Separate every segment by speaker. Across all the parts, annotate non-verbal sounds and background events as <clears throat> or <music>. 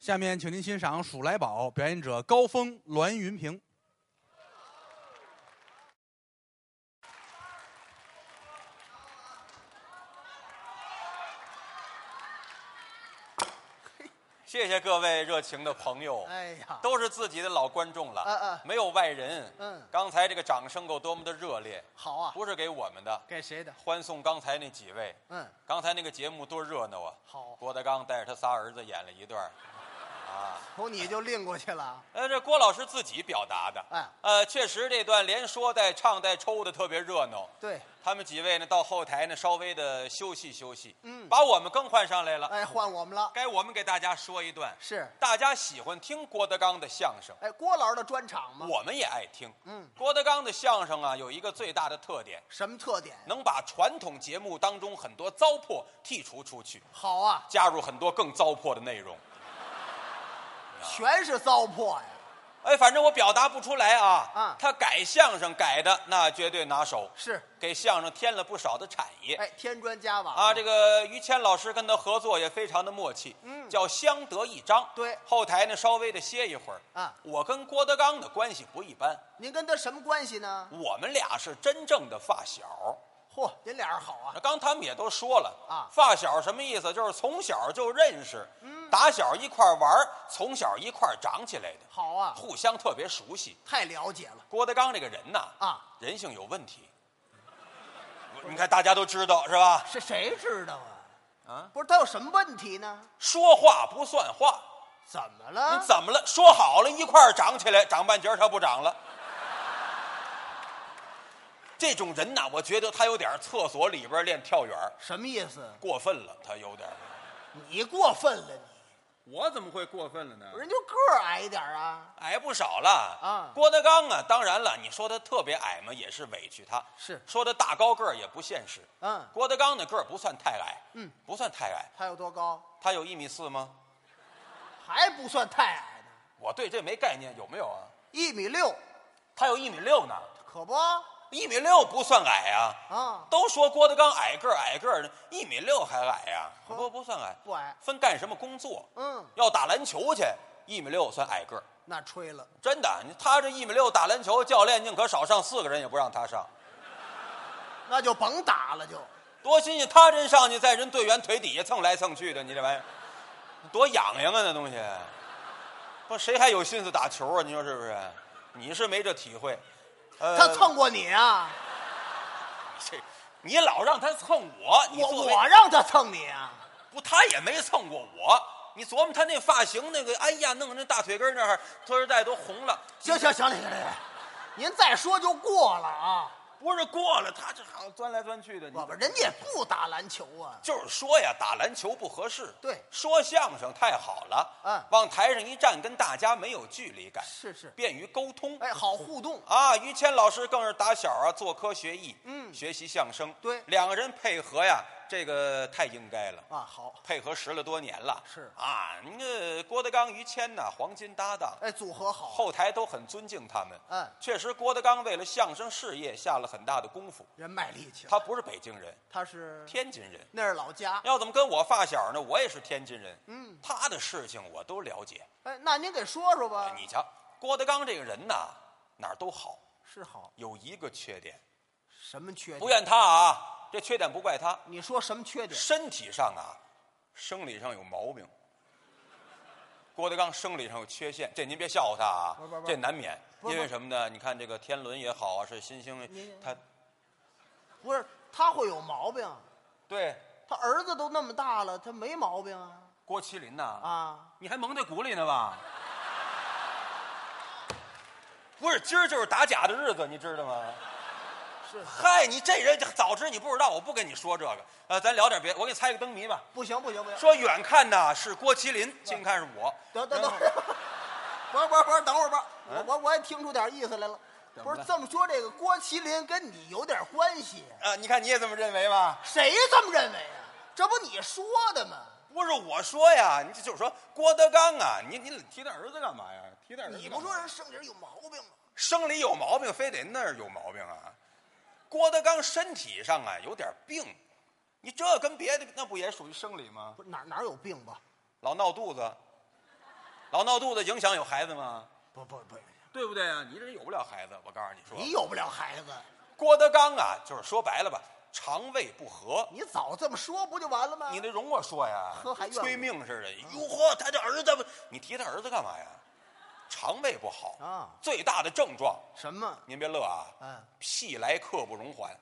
Speaker 1: 下面，请您欣赏《鼠来宝》，表演者高峰、栾云平。
Speaker 2: 谢谢各位热情的朋友，
Speaker 3: 哎呀，
Speaker 2: 都是自己的老观众了，
Speaker 3: 嗯嗯
Speaker 2: 没有外人。
Speaker 3: 嗯
Speaker 2: 刚才这个掌声有多么的热烈，
Speaker 3: 好啊，
Speaker 2: 不是给我们的，
Speaker 3: 给谁的？
Speaker 2: 欢送刚才那几位。
Speaker 3: 嗯，
Speaker 2: 刚才那个节目多热闹啊！
Speaker 3: 好
Speaker 2: 郭德纲带着他仨儿子演了一段儿，啊，
Speaker 3: 头你就拎过去了，啊
Speaker 2: 呃，这郭老师自己表达的，
Speaker 3: 哎
Speaker 2: 呃，确实这段连说带唱带抽的特别热闹。
Speaker 3: 对，
Speaker 2: 他们几位呢，到后台呢稍微的休息休息，
Speaker 3: 嗯
Speaker 2: 把我们更换上来了，
Speaker 3: 哎，换我们了，
Speaker 2: 啊该我们给大家说一段，
Speaker 3: 是，
Speaker 2: 大家喜欢听郭德纲的相声，
Speaker 3: 哎，郭老师的专场吗？
Speaker 2: 我们也爱听。
Speaker 3: 嗯，
Speaker 2: 郭德纲的相声啊，有一个最大的特点，
Speaker 3: 什么特点？
Speaker 2: 能把传统节目当中很多糟粕剔除出去，
Speaker 3: 好啊，
Speaker 2: 加入很多更糟粕的内容。
Speaker 3: 全是糟粕呀，
Speaker 2: 哎，反正我表达不出来啊。
Speaker 3: 啊
Speaker 2: 他改相声改的那绝对拿手，
Speaker 3: 是，
Speaker 2: 给相声添了不少的产业。
Speaker 3: 哎，添砖加瓦
Speaker 2: 啊，这个于谦老师跟他合作也非常的默契，
Speaker 3: 嗯
Speaker 2: 叫相得益彰。
Speaker 3: 对
Speaker 2: 后台呢稍微的歇一会儿
Speaker 3: 啊
Speaker 2: 我跟郭德纲的关系不一般，
Speaker 3: 您跟他什么关系呢？
Speaker 2: 我们俩是真正的发小。
Speaker 3: 嚯，您俩人好啊，
Speaker 2: 刚他们也都说了
Speaker 3: 啊嗯
Speaker 2: 发小什么意思？就是从小就认识，打小一块儿玩儿，从小一块儿长起来的，
Speaker 3: 好啊，
Speaker 2: 互相特别熟悉。
Speaker 3: 太了解了
Speaker 2: 郭德纲这个人呐，
Speaker 3: 啊，
Speaker 2: 人性有问题。你看，大家都知道是吧？
Speaker 3: 是谁知道啊？
Speaker 2: 啊，
Speaker 3: 不是他有什么问题呢？
Speaker 2: 说话不算话，
Speaker 3: 怎么了
Speaker 2: 你？怎么了？说好了一块儿长起来，长半截儿他不长了。这种人呐，我觉得他有点儿厕所里边儿练跳远儿，
Speaker 3: 什么意思？
Speaker 2: 过分了，他有点儿。
Speaker 3: 你过分了你，
Speaker 2: 我怎么会过分了呢
Speaker 3: 人就个儿矮一点啊，
Speaker 2: 矮不少了
Speaker 3: 啊
Speaker 2: 郭德纲啊，当然了，你说他特别矮嘛，也是委屈他。
Speaker 3: 是
Speaker 2: 说他大高个儿也不现实。
Speaker 3: 嗯
Speaker 2: 郭德纲的个儿不算太矮，
Speaker 3: 嗯，
Speaker 2: 不算太矮。
Speaker 3: 他有多高？
Speaker 2: 他有一米四吗？
Speaker 3: 还不算太矮呢，
Speaker 2: 我对这没概念，有没有啊？
Speaker 3: 一米六，
Speaker 2: 他有一米六呢，
Speaker 3: 可不
Speaker 2: 一米六不算矮啊。
Speaker 3: 啊，
Speaker 2: 都说郭德纲矮个儿矮个儿的，一米六还矮呀、
Speaker 3: 呵
Speaker 2: 不不算矮，
Speaker 3: 不矮
Speaker 2: 分干什么工作？
Speaker 3: 哦嗯，
Speaker 2: 要打篮球去，一米六算矮个儿。
Speaker 3: 那吹了，
Speaker 2: 真的，你他这一米六打篮球，教练宁可少上四个人，也不让他上。
Speaker 3: 那就甭打了就，
Speaker 2: 多新鲜！他真上去，在人队员腿底下蹭来蹭去的，你这玩意儿多痒痒啊！那东西，不谁还有心思打球啊？你说是不是？你是没这体会。呃，
Speaker 3: 他蹭过你啊，
Speaker 2: 这，你老让他蹭我，你
Speaker 3: 我
Speaker 2: 作为
Speaker 3: 我让他蹭你啊，
Speaker 2: 不，他也没蹭过我。你琢磨他那发型，那个，哎呀，弄得那大腿根儿那儿，拖鞋带都红了。
Speaker 3: 行行行了行了行了，您再说就过了啊，
Speaker 2: 不是过了，他这好像钻来钻去的。你
Speaker 3: 我们人家也不打篮球啊，
Speaker 2: 就是说呀，打篮球不合适。
Speaker 3: 对
Speaker 2: 说相声太好了。
Speaker 3: 嗯
Speaker 2: 往台上一站，跟大家没有距离感，
Speaker 3: 是是，
Speaker 2: 便于沟通。
Speaker 3: 哎，好互动，
Speaker 2: 啊，于谦老师更是打小啊做科学艺，
Speaker 3: 嗯
Speaker 2: 学习相声。
Speaker 3: 对
Speaker 2: 两个人配合呀，这个太应该了。
Speaker 3: 啊好，
Speaker 2: 配合十来多年了，
Speaker 3: 是
Speaker 2: 啊，那个郭德纲、于谦呐，黄金搭档，
Speaker 3: 哎组合好，
Speaker 2: 后台都很尊敬他们。
Speaker 3: 嗯
Speaker 2: 确实，郭德纲为了相声事业下了很大的功夫。
Speaker 3: 人卖力气了，
Speaker 2: 他不是北京人，
Speaker 3: 他是
Speaker 2: 天津人。
Speaker 3: 那是老家，
Speaker 2: 要怎么跟我发小呢？我也是天津人。
Speaker 3: 嗯，
Speaker 2: 他的事情我都了解。
Speaker 3: 哎，那您给说说吧，
Speaker 2: 哎你瞧，郭德纲这个人呐，哪儿都好，
Speaker 3: 是好，
Speaker 2: 有一个缺点，
Speaker 3: 什么缺点？
Speaker 2: 不怨他啊，这缺点不怪他，
Speaker 3: 你说什么缺点？
Speaker 2: 身体上啊，生理上有毛病。郭德纲生理上有缺陷，这您别笑话他啊，
Speaker 3: 不不不
Speaker 2: 这难免。
Speaker 3: 不
Speaker 2: 因为
Speaker 3: 不
Speaker 2: 什么呢？你看这个天伦也好啊，是新星
Speaker 3: 您，
Speaker 2: 他
Speaker 3: 不是他会有毛病，
Speaker 2: 对
Speaker 3: 他儿子都那么大了，他没毛病啊
Speaker 2: 郭麒麟呐、
Speaker 3: 啊！
Speaker 2: 你还蒙在鼓里呢吧？不是，今儿就是打假的日子，你知道吗？
Speaker 3: 是
Speaker 2: 嗨，你这人早知你不知道，我不跟你说这个。呃，咱聊点别，我给你猜个灯谜吧。
Speaker 3: 不行不行不行，
Speaker 2: 说远看呐是郭麒麟，近看是我。
Speaker 3: 等等等
Speaker 2: 然
Speaker 3: 会
Speaker 2: 后
Speaker 3: 儿，不是不是不是，等会儿吧，我
Speaker 2: 嗯
Speaker 3: 我我也听出点意思来了。
Speaker 2: 怎么
Speaker 3: 不
Speaker 2: 了
Speaker 3: 是这么说，这个郭麒麟跟你有点关系，
Speaker 2: 啊，你看你也这么认为吧？
Speaker 3: 谁这么认为啊？这不你说的吗？
Speaker 2: 不是我说呀，你这就是说郭德纲啊，你你提他儿子干嘛呀？提他儿子干嘛，
Speaker 3: 你不说人圣人有毛病吗？
Speaker 2: 生理有毛病，非得那儿有毛病啊？郭德纲身体上啊有点病，你这跟别的那不也属于生理吗？
Speaker 3: 不是哪哪有病吧？
Speaker 2: 老闹肚子，老闹肚子影响有孩子吗？
Speaker 3: 不不不，
Speaker 2: 对不对啊？你这人有不了孩子，我告诉你说，
Speaker 3: 你有不了孩子，
Speaker 2: 郭德纲啊，就是说白了吧，肠胃不和。
Speaker 3: 你早这么说不就完了吗？
Speaker 2: 你得容我说呀，
Speaker 3: 呵还怨我
Speaker 2: 催命似的。哟呵，他这儿子不，你提他儿子干嘛呀？肠胃不好
Speaker 3: 啊
Speaker 2: 最大的症状，
Speaker 3: 什么？
Speaker 2: 您别乐啊，
Speaker 3: 嗯，
Speaker 2: 屁来刻不容缓，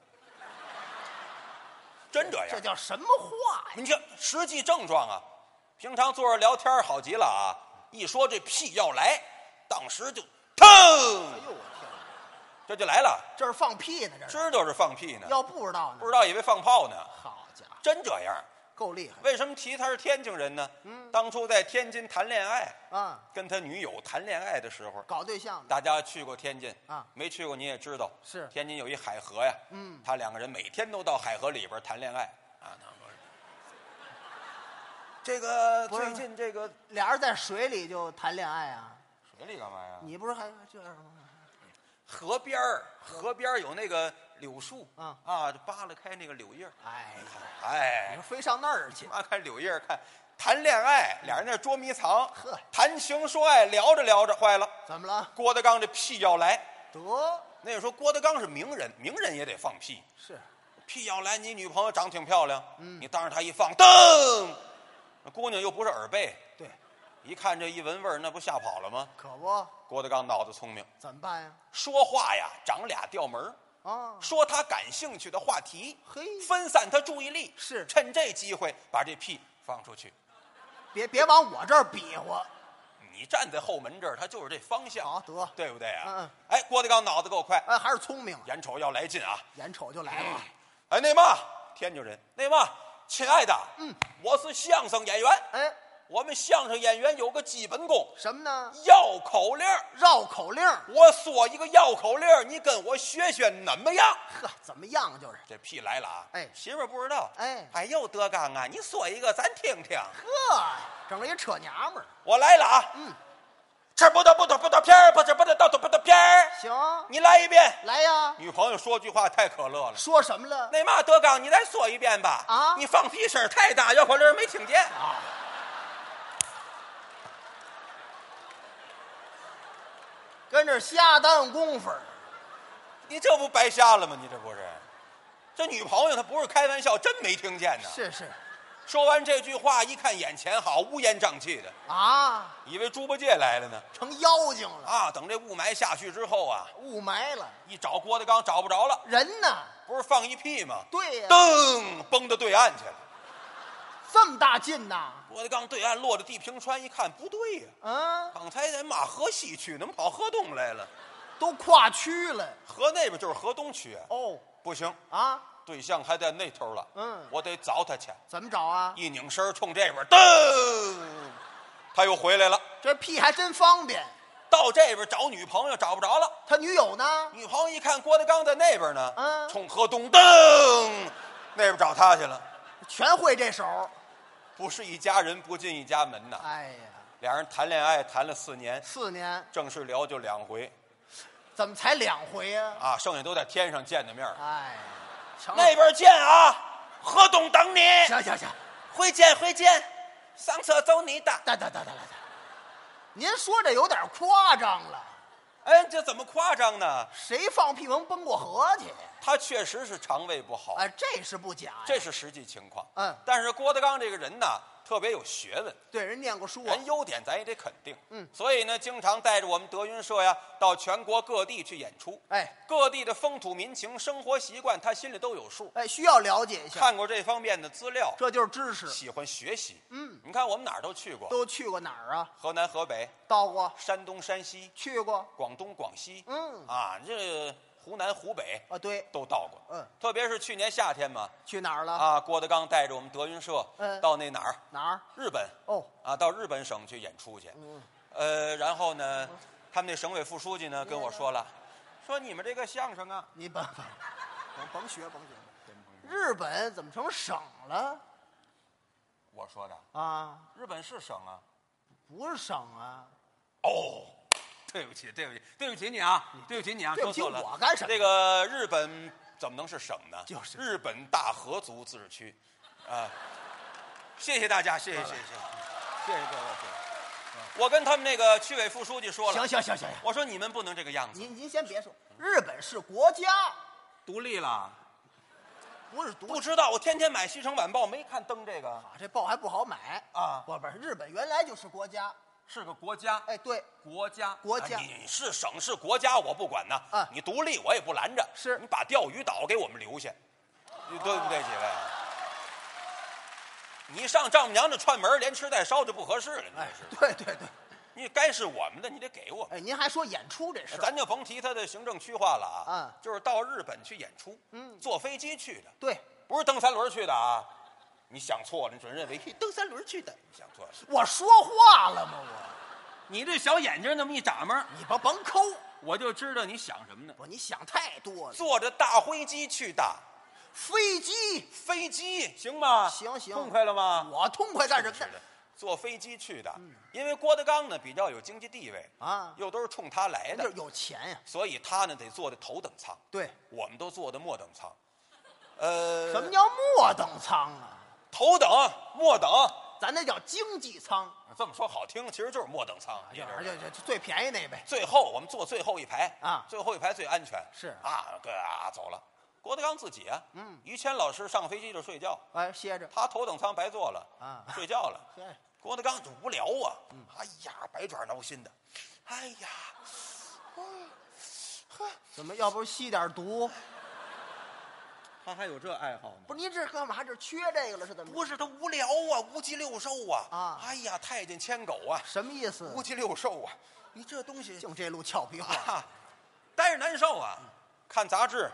Speaker 2: 真这样。
Speaker 3: 这叫什么话呀？
Speaker 2: 你这实际症状啊，平常坐着聊天儿好极了啊，一说这屁要来，当时就
Speaker 3: 哎
Speaker 2: 腾，
Speaker 3: 呦我天哪，
Speaker 2: 这就来了。
Speaker 3: 这是放屁呢，这是。
Speaker 2: 知道是放屁呢，
Speaker 3: 要不知道呢？
Speaker 2: 不知道以为放炮呢，
Speaker 3: 好家伙，
Speaker 2: 真这样。
Speaker 3: 够厉害
Speaker 2: 为什么提他是天津人呢？
Speaker 3: 嗯
Speaker 2: 当初在天津谈恋爱，
Speaker 3: 啊！
Speaker 2: 跟他女友谈恋爱的时候，
Speaker 3: 搞对象的
Speaker 2: 大家去过天津
Speaker 3: 啊
Speaker 2: 没去过你也知道，
Speaker 3: 是
Speaker 2: 天津有一海河呀。
Speaker 3: 嗯
Speaker 2: 他两个人每天都到海河里边谈恋爱啊。他们这个
Speaker 3: 不是
Speaker 2: 最近这个
Speaker 3: 俩人在水里就谈恋爱啊？
Speaker 2: 水里干嘛呀？
Speaker 3: 你不是还这样吗？
Speaker 2: 河边儿，河边儿有那个柳树
Speaker 3: 啊
Speaker 2: 啊，就扒拉开那个柳叶儿，
Speaker 3: 哎，你
Speaker 2: 哎
Speaker 3: 说，非上那儿去？
Speaker 2: 扒开柳叶儿看，谈恋爱，俩人那儿捉迷藏，
Speaker 3: 呵
Speaker 2: 谈情说爱，聊着聊着，坏了，
Speaker 3: 怎么了？
Speaker 2: 郭德纲这屁要来。
Speaker 3: 得
Speaker 2: 那个时候郭德纲是名人，名人也得放屁，
Speaker 3: 是
Speaker 2: 屁要来，你女朋友长挺漂亮，
Speaker 3: 嗯
Speaker 2: 你当着她一放，噔，那姑娘又不是耳背，
Speaker 3: 对，
Speaker 2: 一看这一闻味儿，那不吓跑了吗？
Speaker 3: 可不
Speaker 2: 郭德纲脑子聪明，
Speaker 3: 怎么办呀？
Speaker 2: 说话呀长俩调门儿
Speaker 3: 啊，
Speaker 2: 说他感兴趣的话题，
Speaker 3: 嘿
Speaker 2: 分散他注意力，
Speaker 3: 是
Speaker 2: 趁这机会把这屁放出去。
Speaker 3: 别别往我这儿比划。
Speaker 2: 你站在后门这儿，他就是这方向，
Speaker 3: 好得，
Speaker 2: 对不对啊？
Speaker 3: 嗯嗯
Speaker 2: 哎，郭德纲脑子够快，
Speaker 3: 哎，还是聪明啊，
Speaker 2: 眼瞅要来劲啊！
Speaker 3: 眼瞅就来了。
Speaker 2: 哎，那嘛，天津人，那嘛，亲爱的，
Speaker 3: 嗯，
Speaker 2: 我是相声演员，
Speaker 3: 哎，
Speaker 2: 我们相声演员有个基本功，
Speaker 3: 什么呢？
Speaker 2: 绕口令儿。
Speaker 3: 绕口令儿。
Speaker 2: 我说一个绕口令儿，你跟我学学，怎么样？
Speaker 3: 呵，怎么样？就是
Speaker 2: 这屁来了啊！
Speaker 3: 哎
Speaker 2: 媳妇儿不知道。
Speaker 3: 哎
Speaker 2: 哎呦，德刚啊，你说一个，咱听听。
Speaker 3: 呵，整了一扯娘们儿。
Speaker 2: 我来了啊！
Speaker 3: 嗯，
Speaker 2: 吃不得不得不得片儿，不吃不得到不得片儿。
Speaker 3: 行，
Speaker 2: 你来一遍。
Speaker 3: 来呀，
Speaker 2: 女朋友说句话太可乐了。
Speaker 3: 说什么了？
Speaker 2: 那嘛，德刚，你再说一遍吧。
Speaker 3: 啊
Speaker 2: 你放屁声儿太大，绕口令儿没听见。
Speaker 3: 啊，跟这儿瞎耽误功夫儿。
Speaker 2: 你这不白瞎了吗？你这不是？这女朋友她不是开玩笑，真没听见呢。
Speaker 3: 是是
Speaker 2: 说完这句话，一看眼前好乌烟瘴气的，
Speaker 3: 啊，
Speaker 2: 以为猪八戒来了呢。
Speaker 3: 成妖精了，
Speaker 2: 啊，等这雾霾下去之后啊，
Speaker 3: 雾霾了。
Speaker 2: 一找郭德纲找不着了，
Speaker 3: 人呢？
Speaker 2: 不是放一屁吗？
Speaker 3: 对呀、
Speaker 2: 噔，崩到对岸去了。
Speaker 3: 这么大劲呐？
Speaker 2: 郭德纲对岸落着地平川，一看不对呀、
Speaker 3: 啊，
Speaker 2: 刚才咱马河西区，怎么跑河东来了？
Speaker 3: 都跨区了。
Speaker 2: 河那边就是河东区，
Speaker 3: 哦，
Speaker 2: 不行，
Speaker 3: 啊，
Speaker 2: 对象还在那头了。
Speaker 3: 嗯
Speaker 2: 我得找他去。
Speaker 3: 怎么找啊？
Speaker 2: 一拧身儿冲这边，噔，他又回来了。
Speaker 3: 这屁还真方便。
Speaker 2: 到这边找女朋友找不着了，
Speaker 3: 他女友呢？
Speaker 2: 女朋友一看郭德纲在那边呢，
Speaker 3: 嗯
Speaker 2: 冲河东噔，那边找他去了。
Speaker 3: 全会这手。
Speaker 2: 不是一家人不进一家门呐。
Speaker 3: 哎呀，
Speaker 2: 俩人谈恋爱谈了四年，
Speaker 3: 四年
Speaker 2: 正式聊就两回
Speaker 3: 怎么才两回呀、
Speaker 2: 啊，剩下都在天上见的面儿。
Speaker 3: 哎，成
Speaker 2: 那边见啊，河东等你，
Speaker 3: 行行行，
Speaker 2: 会见会见，上车走你的。
Speaker 3: 哒哒哒哒哒哒，您说这有点夸张了，
Speaker 2: 哎，这怎么夸张呢？
Speaker 3: 谁放屁能奔过河去？
Speaker 2: 他确实是肠胃不好，
Speaker 3: 哎，这是不假呀，
Speaker 2: 这是实际情况。
Speaker 3: 嗯
Speaker 2: 但是郭德纲这个人呢，特别有学问，
Speaker 3: 对人念过书啊
Speaker 2: 人，优点咱也得肯定。
Speaker 3: 嗯
Speaker 2: 所以呢，经常带着我们德云社呀，到全国各地去演出。
Speaker 3: 哎
Speaker 2: 各地的风土民情、生活习惯，他心里都有数。
Speaker 3: 哎，需要了解一下，
Speaker 2: 看过这方面的资料，
Speaker 3: 这就是知识。
Speaker 2: 喜欢学习。
Speaker 3: 嗯，
Speaker 2: 你看我们哪儿都去过，
Speaker 3: 都去过哪儿啊？
Speaker 2: 河南、河北、
Speaker 3: 到过，
Speaker 2: 山东、山西、
Speaker 3: 去过
Speaker 2: 广东、广西，
Speaker 3: 嗯
Speaker 2: 啊，这湖南、湖北
Speaker 3: 啊？对，
Speaker 2: 都到过。
Speaker 3: 嗯，
Speaker 2: 特别是去年夏天嘛，
Speaker 3: 去哪儿了？
Speaker 2: 啊，郭德纲带着我们德云社，
Speaker 3: 嗯
Speaker 2: 到那哪儿？
Speaker 3: 哪儿？
Speaker 2: 日本
Speaker 3: 哦，
Speaker 2: 啊，到日本省去演出去。
Speaker 3: 嗯，
Speaker 2: 呃，然后呢，他们那省委副书记呢跟我说了，嗯说你们这个相声啊，
Speaker 3: 你甭甭甭学甭学，日本怎么成省了
Speaker 2: 我说的，
Speaker 3: 啊？
Speaker 2: 日本是省啊。
Speaker 3: 不是省啊，
Speaker 2: 哦，对不起，对不起，对不起你啊，对不起你啊，
Speaker 3: 对不
Speaker 2: 说
Speaker 3: 起
Speaker 2: 错了。
Speaker 3: 我干什么
Speaker 2: 这个日本怎么能是省呢？
Speaker 3: 就是
Speaker 2: 日本大和族自治区，啊，谢谢大家，谢谢谢谢，谢谢各位，谢谢。我跟他们那个区委副书记说
Speaker 3: 行
Speaker 2: 了，
Speaker 3: 行行行，
Speaker 2: 我说你们不能这个样子，
Speaker 3: 您您先别说，日本是国家，
Speaker 2: 独立了。
Speaker 3: 不是独
Speaker 2: 不
Speaker 3: 立。
Speaker 2: 知道，我天天买《西城晚报》，没看登这个，
Speaker 3: 啊这报还不好买
Speaker 2: 啊
Speaker 3: 不不是，日本原来就是国家。
Speaker 2: 是个国家，
Speaker 3: 哎，对，
Speaker 2: 国家，
Speaker 3: 国家
Speaker 2: 啊你是省是国家，我不管呐。
Speaker 3: 啊
Speaker 2: 你独立我也不拦着。
Speaker 3: 是
Speaker 2: 你把钓鱼岛给我们留下，你对不对，几位？你上丈母娘这串门，连吃带烧就不合适了，你这
Speaker 3: 哎
Speaker 2: 是。，
Speaker 3: <laughs> 对对对，
Speaker 2: 你该是我们的，你得给我们。
Speaker 3: 哎，您还说演出这事
Speaker 2: 哎
Speaker 3: 儿？
Speaker 2: 咱就甭提他的行政区划了啊，
Speaker 3: 啊
Speaker 2: 就是到日本去演出，
Speaker 3: 嗯
Speaker 2: 坐飞机去的，
Speaker 3: 对，
Speaker 2: 不是蹬三轮去的啊。你想错了，你准认为
Speaker 3: 嘿蹬三轮去的，
Speaker 2: 想错了。
Speaker 3: 我说话了吗？我，
Speaker 2: 你这小眼睛那么一眨巴，
Speaker 3: 你甭甭抠，
Speaker 2: 我就知道你想什么呢。
Speaker 3: 不，你想太多了。
Speaker 2: 坐着大灰机去的
Speaker 3: 飞机，
Speaker 2: 飞机，行吗？
Speaker 3: 行行，
Speaker 2: 痛快了吗？
Speaker 3: 我痛快干什么
Speaker 2: 是
Speaker 3: 呢
Speaker 2: 的？，坐飞机去的，因为郭德纲呢比较有经济地位
Speaker 3: 啊
Speaker 2: 又都是冲他来的
Speaker 3: 就是，有钱呀。
Speaker 2: 所以他呢得坐的头等舱，
Speaker 3: 对，
Speaker 2: 我们都坐的末等舱。呃，
Speaker 3: 什么叫末等舱啊？
Speaker 2: 头等、末等？
Speaker 3: 咱那叫经济舱，
Speaker 2: 这么说好听，其实就是末等舱。你
Speaker 3: 啊就
Speaker 2: 知道吗
Speaker 3: 就就最便宜那呗。
Speaker 2: 最后我们坐最后一排
Speaker 3: 啊
Speaker 2: 最后一排最安全。
Speaker 3: 是
Speaker 2: 啊，对啊，走了。郭德纲自己啊，
Speaker 3: 嗯
Speaker 2: 于谦老师上飞机就睡觉，
Speaker 3: 哎，歇着
Speaker 2: 他头等舱白坐了
Speaker 3: 啊
Speaker 2: 睡觉了。
Speaker 3: 歇着
Speaker 2: 郭德纲就无聊啊，哎呀，百爪挠心的，哎呀，哎
Speaker 3: 怎么？要不吸点毒？
Speaker 2: 他还有这爱好呢？
Speaker 3: 不是您这干嘛？这缺这个了是怎么着？
Speaker 2: 不是他无聊啊，无鸡六兽啊，
Speaker 3: 啊
Speaker 2: 哎呀，太监牵狗啊，
Speaker 3: 什么意思
Speaker 2: 无？鸡六兽啊，你这东西
Speaker 3: 净这路俏皮话
Speaker 2: 啊，待着难受啊，看杂志，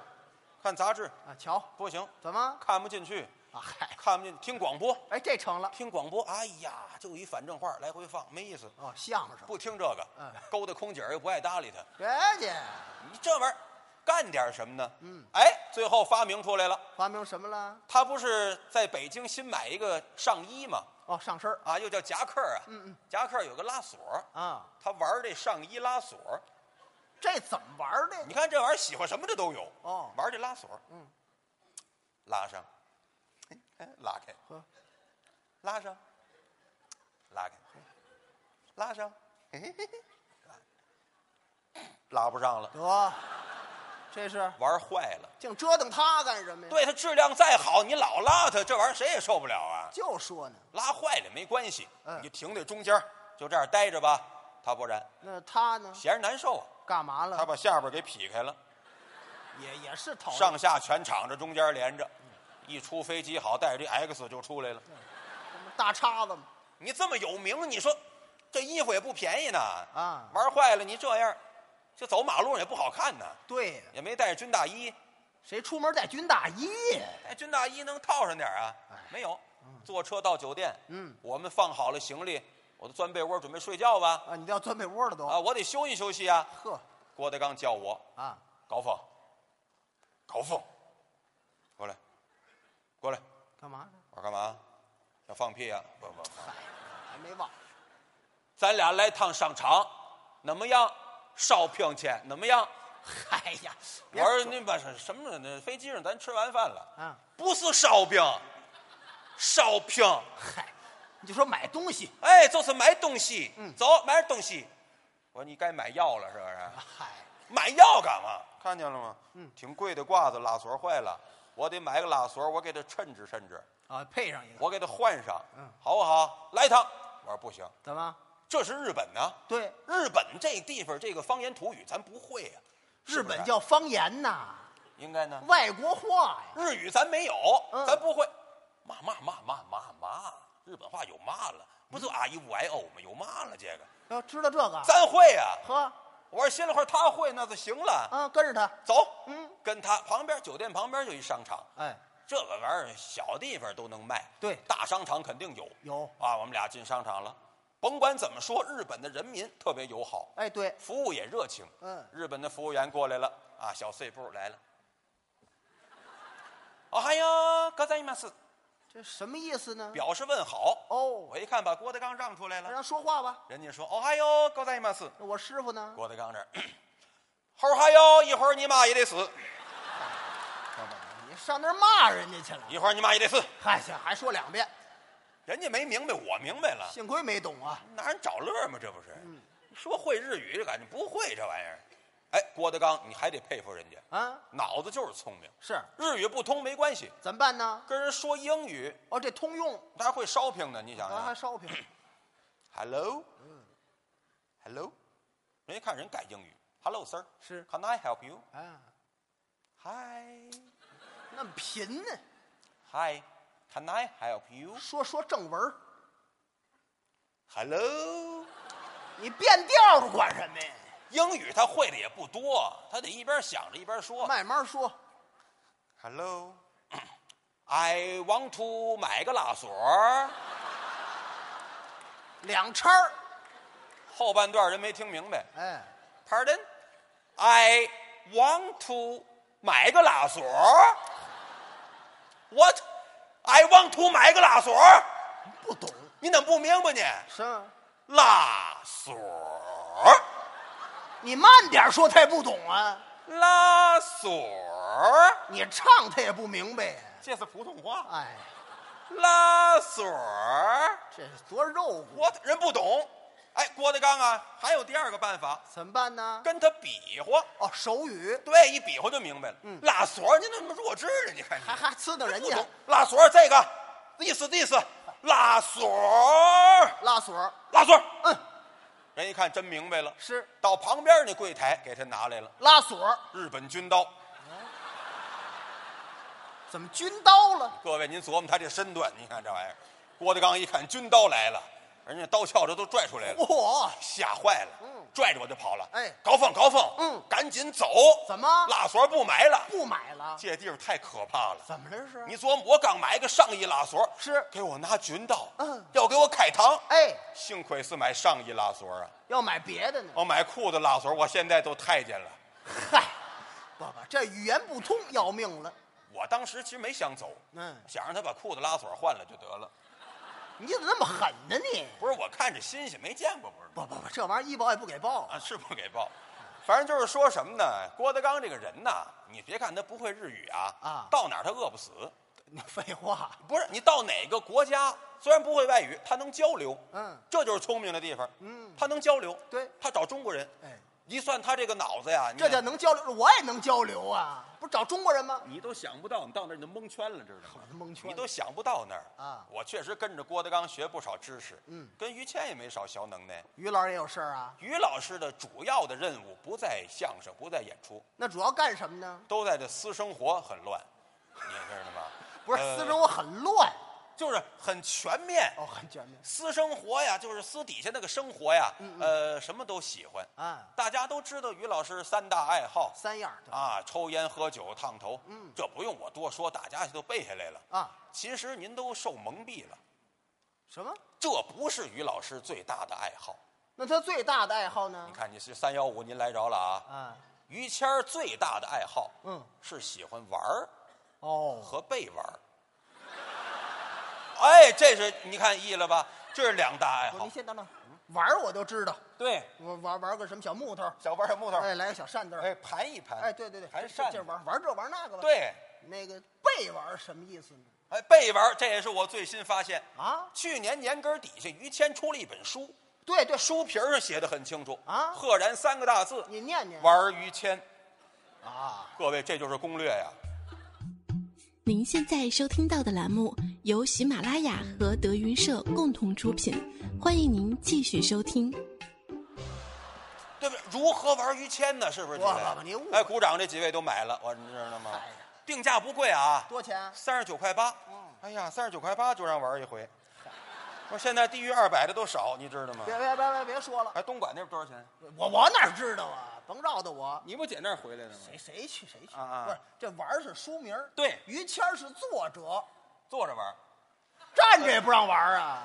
Speaker 2: 看杂志
Speaker 3: <laughs> 啊！瞧，
Speaker 2: 不行，
Speaker 3: 怎么啊？
Speaker 2: 看不进去，
Speaker 3: 嗨，
Speaker 2: 看不进，听广播，
Speaker 3: 哎，这成了
Speaker 2: 听广播，哎呀，就一反正话来回放，没意思，
Speaker 3: 哦，相声。
Speaker 2: 不听这个
Speaker 3: 嗯，
Speaker 2: 勾搭空姐儿又不爱搭理他，
Speaker 3: 人家
Speaker 2: 你这玩意儿干点什么呢？
Speaker 3: 嗯，
Speaker 2: 哎，最后发明出来了，
Speaker 3: 发明什么了？
Speaker 2: 他不是在北京新买一个上衣吗？
Speaker 3: 哦，上身儿
Speaker 2: 啊，又叫夹克啊，
Speaker 3: 嗯嗯，
Speaker 2: 夹克有个拉锁，
Speaker 3: 啊，
Speaker 2: 他玩这上衣拉锁，
Speaker 3: 这怎么玩儿的？
Speaker 2: 你看这玩意儿喜欢什么的都有
Speaker 3: 哦
Speaker 2: 玩这拉锁，
Speaker 3: 嗯，
Speaker 2: 拉上， <laughs> 哎拉开
Speaker 3: 呵，
Speaker 2: 拉上，拉开，拉上，嘿嘿嘿嘿拉拉不上了，
Speaker 3: 得，这是
Speaker 2: 玩坏了。
Speaker 3: 净折腾他干什么呀？，
Speaker 2: 对它质量再好，你老拉它，这玩意儿谁也受不了啊。
Speaker 3: 就说呢，
Speaker 2: 拉坏了没关系，
Speaker 3: 嗯
Speaker 2: 你就停在中间儿，就这样待着吧。他不然
Speaker 3: 那他呢？
Speaker 2: 闲着难受啊，
Speaker 3: 干嘛
Speaker 2: 他
Speaker 3: 了？
Speaker 2: 把下边给劈开了，
Speaker 3: 也也是讨厌
Speaker 2: 上下全敞着，中间连着。一出飞机好，带着这 X 就出来了。
Speaker 3: 什么大叉子嘛。
Speaker 2: 你这么有名，你说这衣服也不便宜呢
Speaker 3: 啊
Speaker 2: 玩坏了你这样，就走马路上也不好看呢，
Speaker 3: 对呀，
Speaker 2: 也没带着军大衣，
Speaker 3: 谁出门带军大衣？
Speaker 2: 哎，军大衣能套上点儿啊
Speaker 3: 哎？
Speaker 2: 没有，坐车到酒店，
Speaker 3: 嗯，
Speaker 2: 我们放好了行李，我都钻被窝准备睡觉吧。
Speaker 3: 啊，你都要钻被窝了都。
Speaker 2: 啊，我得休息休息啊。
Speaker 3: 呵，
Speaker 2: 郭德纲叫我
Speaker 3: 啊，
Speaker 2: 高峰，高峰，过来，过来，
Speaker 3: 干嘛呢？
Speaker 2: 我说干嘛？啊要放屁啊？不不不，
Speaker 3: 嗨，还没忘。
Speaker 2: 咱俩来趟上场，怎么样？烧饼去，怎么样？
Speaker 3: 嗨呀，
Speaker 2: 我
Speaker 3: 别
Speaker 2: 说你把什什么？那飞机上咱吃完饭了，
Speaker 3: 啊，
Speaker 2: 不是烧饼，烧饼。
Speaker 3: 嗨，你就说买东西，
Speaker 2: 哎，就是买东西。
Speaker 3: 嗯
Speaker 2: 走，买点东西。我说你该买药了，是不是？
Speaker 3: 嗨，
Speaker 2: 买药干嘛？嗯看见了吗？
Speaker 3: 嗯
Speaker 2: 挺贵的褂子，拉锁坏了，我得买个拉锁，我给它衬置衬置，
Speaker 3: 啊，配上一个，
Speaker 2: 我给它换上，
Speaker 3: 嗯
Speaker 2: 好不好？来一趟。我说不行，
Speaker 3: 怎么？
Speaker 2: 这是日本呢、
Speaker 3: 对，
Speaker 2: 日本这地方这个方言土语咱不会呀、是
Speaker 3: 日
Speaker 2: 不是
Speaker 3: 本叫方言呐，
Speaker 2: 应该呢，
Speaker 3: 外国话呀。
Speaker 2: 日语咱没有，
Speaker 3: 嗯
Speaker 2: 咱不会。骂骂骂骂骂骂，日本话有骂了，不就啊一五哎哦吗？有骂了这个，
Speaker 3: 要知道这个，
Speaker 2: 咱会呀、
Speaker 3: 呵，
Speaker 2: 我说心里话，他会那就行了。
Speaker 3: 啊，跟着他，
Speaker 2: 走，
Speaker 3: 嗯，
Speaker 2: 跟他旁边酒店旁边就一商场，
Speaker 3: 哎，
Speaker 2: 这个玩意儿小地方都能卖，
Speaker 3: 对
Speaker 2: 大商场肯定有。
Speaker 3: 有，
Speaker 2: 啊，我们俩进商场了，甭管怎么说，日本的人民特别友好，
Speaker 3: 哎，对，
Speaker 2: 服务也热情。
Speaker 3: 嗯
Speaker 2: 日本的服务员过来了，啊，小碎步来了。哦嗨呀，格赞伊马斯，
Speaker 3: 这什么意思呢？
Speaker 2: 表示问好。
Speaker 3: 哦，
Speaker 2: 我一看把郭德纲让出来了，
Speaker 3: 让说话吧。
Speaker 2: 人家说哦嗨哟，格赞伊马斯。
Speaker 3: 那我师傅呢？
Speaker 2: 郭德纲这儿，猴嗨哟，一会儿你妈也得死，
Speaker 3: 你上那儿骂人家去了？
Speaker 2: 一会儿你妈也得死。
Speaker 3: 嗨，行，还说两遍。
Speaker 2: 人家没明白，我明白了，
Speaker 3: 幸亏没懂啊。
Speaker 2: 拿人找乐嘛，这不是？说会日语就感觉不会这玩意儿。哎，郭德纲，你还得佩服人家，
Speaker 3: 啊，
Speaker 2: 脑子就是聪明。
Speaker 3: 是
Speaker 2: 日语不通没关系，
Speaker 3: 怎么办呢？
Speaker 2: 跟人说英语，
Speaker 3: 哦，这通用，
Speaker 2: 他还会烧饼呢。你想
Speaker 3: 咱还
Speaker 2: 想
Speaker 3: 烧饼，
Speaker 2: ，Hello，Hello，人家看人改英语，Hello sir，Can
Speaker 3: 是
Speaker 2: I help you？
Speaker 3: 啊，
Speaker 2: Hi,
Speaker 3: 那么贫呢？
Speaker 2: hi, can I help you?
Speaker 3: 说说正文儿，
Speaker 2: Hello。
Speaker 3: 你变调儿管什么呀？
Speaker 2: 英语他会的也不多，他得一边想着一边说。
Speaker 3: 慢慢说，
Speaker 2: Hello, <clears throat> I want to 买个拉锁。
Speaker 3: 两叉儿，
Speaker 2: 后半段人没听明白。
Speaker 3: 哎，
Speaker 2: Pardon, I want to 买个拉锁。What? I want to 买个拉锁。
Speaker 3: 不懂
Speaker 2: 你怎么不明白呢？
Speaker 3: 是啊吗？
Speaker 2: 拉锁，
Speaker 3: 你慢点说，他也不懂啊。
Speaker 2: 拉锁，
Speaker 3: 你唱他也不明白，
Speaker 2: 这是普通话。
Speaker 3: 哎，
Speaker 2: 拉锁儿，
Speaker 3: 这是多肉乎，
Speaker 2: 我人不懂。哎，郭德纲啊，还有第二个办法，
Speaker 3: 怎么办呢？
Speaker 2: 跟他比划。
Speaker 3: 哦，手语，
Speaker 2: 对，一比划就明白了。拉锁儿，你怎么弱智呢？你看你
Speaker 3: 还还呲瞪人
Speaker 2: 不
Speaker 3: 家
Speaker 2: 懂，拉锁儿这个意思意思，拉锁儿，
Speaker 3: 拉锁儿，
Speaker 2: 拉锁儿。
Speaker 3: 嗯，
Speaker 2: 人一看真明白了，
Speaker 3: 是
Speaker 2: 到旁边那柜台给他拿来了
Speaker 3: 拉锁儿，
Speaker 2: 日本军刀。
Speaker 3: 怎么军刀了？
Speaker 2: 各位，您琢磨他这身段，你看这玩意儿，郭德纲一看军刀来了，人家刀鞘这都拽出来了。
Speaker 3: 嚯、
Speaker 2: 吓坏了，拽着我就跑了。
Speaker 3: 哦嗯哎
Speaker 2: 高凤，高凤，
Speaker 3: 嗯
Speaker 2: 赶紧走。
Speaker 3: 怎么
Speaker 2: 拉锁不埋了？
Speaker 3: 不买了？
Speaker 2: 这地方太可怕了。
Speaker 3: 怎么了是？
Speaker 2: 你琢磨，我刚买个上衣拉锁，
Speaker 3: 是
Speaker 2: 给我拿军刀，
Speaker 3: 嗯
Speaker 2: 要给我开膛。
Speaker 3: 哎，
Speaker 2: 幸亏是买上衣拉锁啊，
Speaker 3: 要买别的呢？
Speaker 2: 我买裤子拉锁，我现在都太监了。
Speaker 3: 嗨，不不，这语言不通要命了。
Speaker 2: 我当时其实没想走，
Speaker 3: 嗯，
Speaker 2: 想让他把裤子拉锁换了就得了。
Speaker 3: 你怎么那么狠呢你？
Speaker 2: 不是，我看着新鲜，没见过，不是
Speaker 3: 不不不，这玩意儿医保也不给报
Speaker 2: 啊，是不给报。反正就是说什么呢？郭德纲这个人呐，你别看他不会日语啊，
Speaker 3: 啊
Speaker 2: 到哪儿他饿不死。 <laughs>
Speaker 3: 你废话，
Speaker 2: 不是你到哪个国家，虽然不会外语，他能交流，
Speaker 3: 嗯
Speaker 2: 这就是聪明的地方，
Speaker 3: 嗯
Speaker 2: 他能交流，
Speaker 3: 对
Speaker 2: 他找中国人，
Speaker 3: 哎，
Speaker 2: 一算他这个脑子呀，你
Speaker 3: 这
Speaker 2: 看
Speaker 3: 叫能交流，我也能交流啊！不是找中国人吗？
Speaker 2: 你都想不到，你到那儿你就蒙圈了，知道
Speaker 3: 我
Speaker 2: 吗？
Speaker 3: 都蒙圈了
Speaker 2: 你都想不到那儿
Speaker 3: 啊
Speaker 2: 我确实跟着郭德纲学不少知识，
Speaker 3: 嗯，
Speaker 2: 跟于谦也没少小能耐。
Speaker 3: 于老师也有事儿啊？
Speaker 2: 于老师的主要的任务不在相声，不在演出，
Speaker 3: 那主要干什么呢？
Speaker 2: 都在这私生活很乱，你知道吗？
Speaker 3: <laughs> 不是
Speaker 2: 呃
Speaker 3: 私生活很乱
Speaker 2: 就是很全面。
Speaker 3: 哦，很全面
Speaker 2: 私生活呀，就是私底下那个生活呀，
Speaker 3: 嗯
Speaker 2: 呃，什么都喜欢。
Speaker 3: 啊，
Speaker 2: 大家都知道于老师三大爱好
Speaker 3: 三样儿对
Speaker 2: 啊，抽烟、喝酒、烫头。嗯，这不用我多说，大家都背下来了。
Speaker 3: 啊，
Speaker 2: 其实您都受蒙蔽了，
Speaker 3: 什么？
Speaker 2: 这不是于老师最大的爱好。
Speaker 3: 那他最大的爱好呢
Speaker 2: 你？看，你是三幺五，您来着了啊。
Speaker 3: 啊，
Speaker 2: 于谦儿最大的爱好，
Speaker 3: 嗯，
Speaker 2: 是喜欢玩儿
Speaker 3: 哦，
Speaker 2: 和被玩儿。哎，这是你看意了吧？这是两大爱
Speaker 3: 不，
Speaker 2: 好
Speaker 3: 你。先等等，玩儿我都知道，
Speaker 2: 对，
Speaker 3: 我玩玩个什么小木头，
Speaker 2: 小玩小木头，
Speaker 3: 哎，来个小扇子，
Speaker 2: 哎，盘一盘。
Speaker 3: 哎，对对对，
Speaker 2: 还
Speaker 3: 这
Speaker 2: 扇
Speaker 3: 这
Speaker 2: 子
Speaker 3: 玩玩这玩那个吧。，
Speaker 2: 对，
Speaker 3: 那个背玩儿什么意思呢？
Speaker 2: 哎，背玩儿这也是我最新发现。
Speaker 3: 啊，
Speaker 2: 去年年根儿底下，于谦出了一本书，
Speaker 3: 对对，
Speaker 2: 书皮儿上写的很清楚
Speaker 3: 啊
Speaker 2: 赫然三个大字
Speaker 3: 你念
Speaker 2: “
Speaker 3: 念
Speaker 2: 玩儿于谦
Speaker 3: 啊”。，
Speaker 2: 各位，这就是攻略呀。
Speaker 4: 您现在收听到的栏目由喜马拉雅和德云社共同出品，欢迎您继续收听。
Speaker 2: 对不对？如何玩于谦呢？是不是？
Speaker 3: 哇
Speaker 2: 几位
Speaker 3: 老板您误会
Speaker 2: 哎，鼓掌！这几位都买了，我你知道吗
Speaker 3: 哎呀？
Speaker 2: 定价不贵啊，
Speaker 3: 多钱？
Speaker 2: 三十九块八。哎呀，三十九块八就让玩一回。我现在低于二百的都少，你知道吗？
Speaker 3: 别别别别别说了，
Speaker 2: 哎，东莞那边多少钱？
Speaker 3: 我我哪知道啊？甭绕的我。
Speaker 2: 你不姐那儿回来的吗？
Speaker 3: 谁谁去谁去？
Speaker 2: 啊啊
Speaker 3: 不是，这玩儿是书名儿
Speaker 2: 对
Speaker 3: 于谦儿是作者，
Speaker 2: 坐着玩。
Speaker 3: 站着也不让玩儿啊！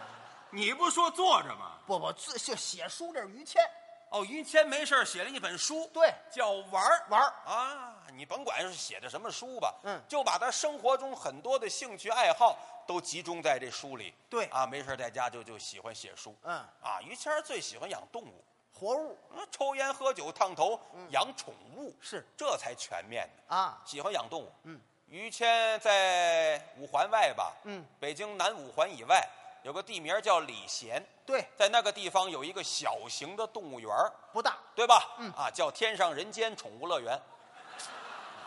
Speaker 2: 你不说坐着吗？
Speaker 3: 不不，自就写书这是于谦，
Speaker 2: 哦，于谦没事儿写了一本书，
Speaker 3: 对
Speaker 2: 叫《玩儿
Speaker 3: 玩儿
Speaker 2: 啊。你甭管是写的什么书吧，
Speaker 3: 嗯
Speaker 2: 就把他生活中很多的兴趣爱好都集中在这书里。
Speaker 3: 对
Speaker 2: 啊，没事儿在家就就喜欢写书。
Speaker 3: 嗯
Speaker 2: 啊，于谦儿最喜欢养动物，
Speaker 3: 活物
Speaker 2: 嗯抽烟、喝酒、烫头，养宠物
Speaker 3: 嗯是
Speaker 2: 这才全面呢。
Speaker 3: 啊，
Speaker 2: 喜欢养动物。
Speaker 3: 嗯，
Speaker 2: 于谦在五环外吧，
Speaker 3: 嗯，
Speaker 2: 北京南五环以外有个地名叫礼贤，
Speaker 3: 对，
Speaker 2: 在那个地方有一个小型的动物园儿
Speaker 3: 不大，
Speaker 2: 对吧？嗯啊，叫天上人间宠物乐园。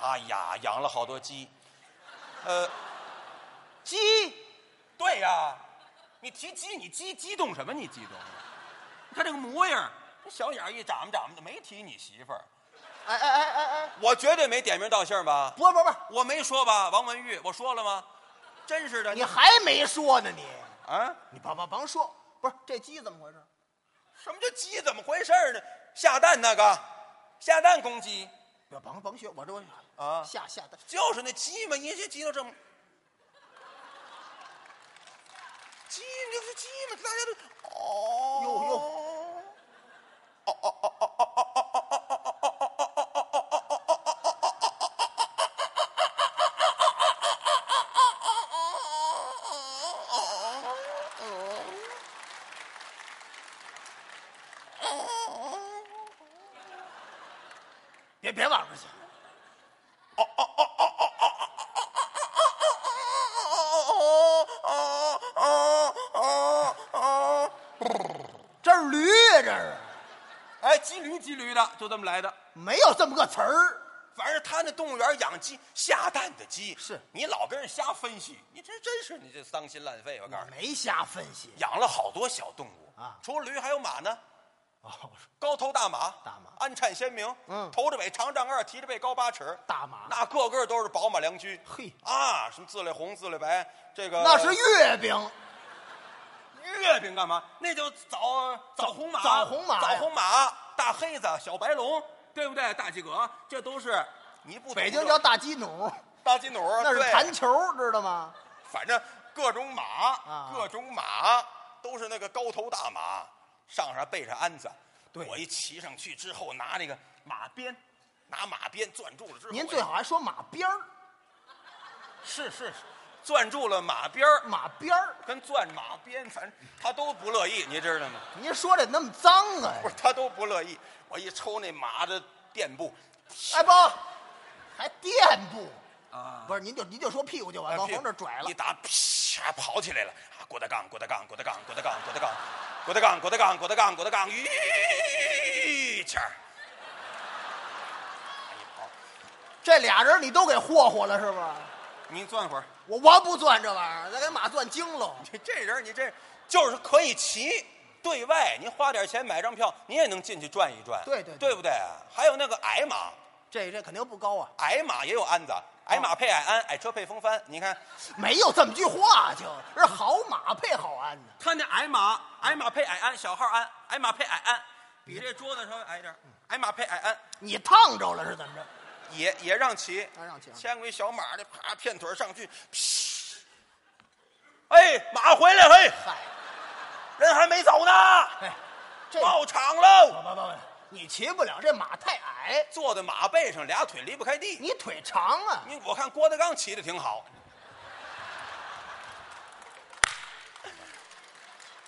Speaker 2: 哎呀，养了好多鸡。呃，
Speaker 3: 鸡
Speaker 2: 对呀，你提鸡，你鸡激动什么？你激动？啊你看这个模样，这小眼儿一眨巴眨巴的，没提你媳妇儿。
Speaker 3: 哎哎哎哎哎，
Speaker 2: 我绝对没点名道姓吧？
Speaker 3: 不不不，
Speaker 2: 我没说吧？王文玉，我说了吗？真是的，
Speaker 3: 你还没说呢你，
Speaker 2: 啊，
Speaker 3: 你甭甭甭说，不是这鸡怎么回事？
Speaker 2: 什么叫鸡？怎么回事呢？下蛋那个，下蛋公鸡
Speaker 3: 不要甭甭学，我这我
Speaker 2: 啊，
Speaker 3: 下下的
Speaker 2: 就是那鸡嘛，一这鸡都这么，鸡就是鸡嘛，大家都哦
Speaker 3: 哟哟
Speaker 2: 哟，
Speaker 3: 别别往上去，这是驴呀、这是
Speaker 2: 哎，鸡驴鸡驴的，就这么来的。
Speaker 3: 没有这么个词儿。
Speaker 2: 反正他那动物园养鸡下蛋的鸡，
Speaker 3: 是
Speaker 2: 你老跟人瞎分析，你这真是你这丧心烂肺！我告诉你，
Speaker 3: 没瞎分析
Speaker 2: 养了好多小动物
Speaker 3: 啊
Speaker 2: 除了驴还有马呢，
Speaker 3: 啊、我说
Speaker 2: 高头大马，
Speaker 3: 大马
Speaker 2: 鞍颤鲜明，
Speaker 3: 嗯
Speaker 2: 头着尾长丈二，提着背高八尺， <laughs>
Speaker 3: 大马
Speaker 2: 那个个都是宝马良驹，
Speaker 3: 嘿
Speaker 2: 啊，什么自来红、自来白，这个
Speaker 3: 那是月饼，
Speaker 2: 月饼干嘛？那就枣枣红马，
Speaker 3: 枣红马呀
Speaker 2: 枣红马，大黑子、小白龙，对不对？大鸡革，这都是你不懂
Speaker 3: 北京
Speaker 2: 就
Speaker 3: 叫大鸡
Speaker 2: <laughs>
Speaker 3: 弩，
Speaker 2: 大鸡弩，
Speaker 3: 那是
Speaker 2: 对
Speaker 3: 弹球，知道吗？
Speaker 2: 反正各种马，
Speaker 3: 啊
Speaker 2: 各种马都是那个高头大马，上上背上鞍子。
Speaker 3: 对
Speaker 2: 我一骑上去之后，拿那个马鞭，拿马鞭攥住了之后，
Speaker 3: 您最好还说马鞭儿，
Speaker 2: <laughs> 是是是，攥住了马鞭儿，
Speaker 3: 马鞭儿，
Speaker 2: 跟攥马鞭，反正他都不乐意，你知道吗？
Speaker 3: 您说这那么脏啊
Speaker 2: 不？是，他都不乐意。我一抽那马的垫布，
Speaker 3: 哎不，还垫步
Speaker 2: 啊，
Speaker 3: 不是您就您就说屁股就完，
Speaker 2: 啊
Speaker 3: 往
Speaker 2: 屁股
Speaker 3: 往这拽了
Speaker 2: 一，打，啪，跑起来了。啊，郭德纲，郭德纲，郭德纲，郭德纲，郭德纲，郭德纲，郭德纲，郭德纲，郭德纲，一气儿。一跑，
Speaker 3: 这俩人你都给霍霍了是吧？
Speaker 2: 您攥会儿。
Speaker 3: 我我不攥这玩意儿，再给马攥精喽。
Speaker 2: 这这人，你这就是可以骑。对外，您花点钱买张票，您也能进去转一转。
Speaker 3: 对对对
Speaker 2: 对不对啊？还有那个矮马，
Speaker 3: 这这肯定不高啊，
Speaker 2: 矮马也有鞍子，矮马配矮鞍，矮车配风帆。你看，
Speaker 3: 没有这么句话就，是好马配好鞍呢。
Speaker 2: 看那矮马，矮马配矮鞍，小号鞍，矮马配矮鞍，比这桌子稍微矮一点。嗯矮马配矮鞍，嗯
Speaker 3: 你烫着了是怎么着？
Speaker 2: 也也让骑，
Speaker 3: 啊让骑啊
Speaker 2: 牵过一小马的，啪，片腿上去，哎，马回来，嘿，
Speaker 3: 嗨，
Speaker 2: 人还没走呢，
Speaker 3: 哎，这
Speaker 2: 到场喽。
Speaker 3: 不不不，你骑不了，这马太矮，
Speaker 2: 坐在马背上，俩腿离不开地。
Speaker 3: 你腿长啊。
Speaker 2: 你我看郭德纲骑的挺好。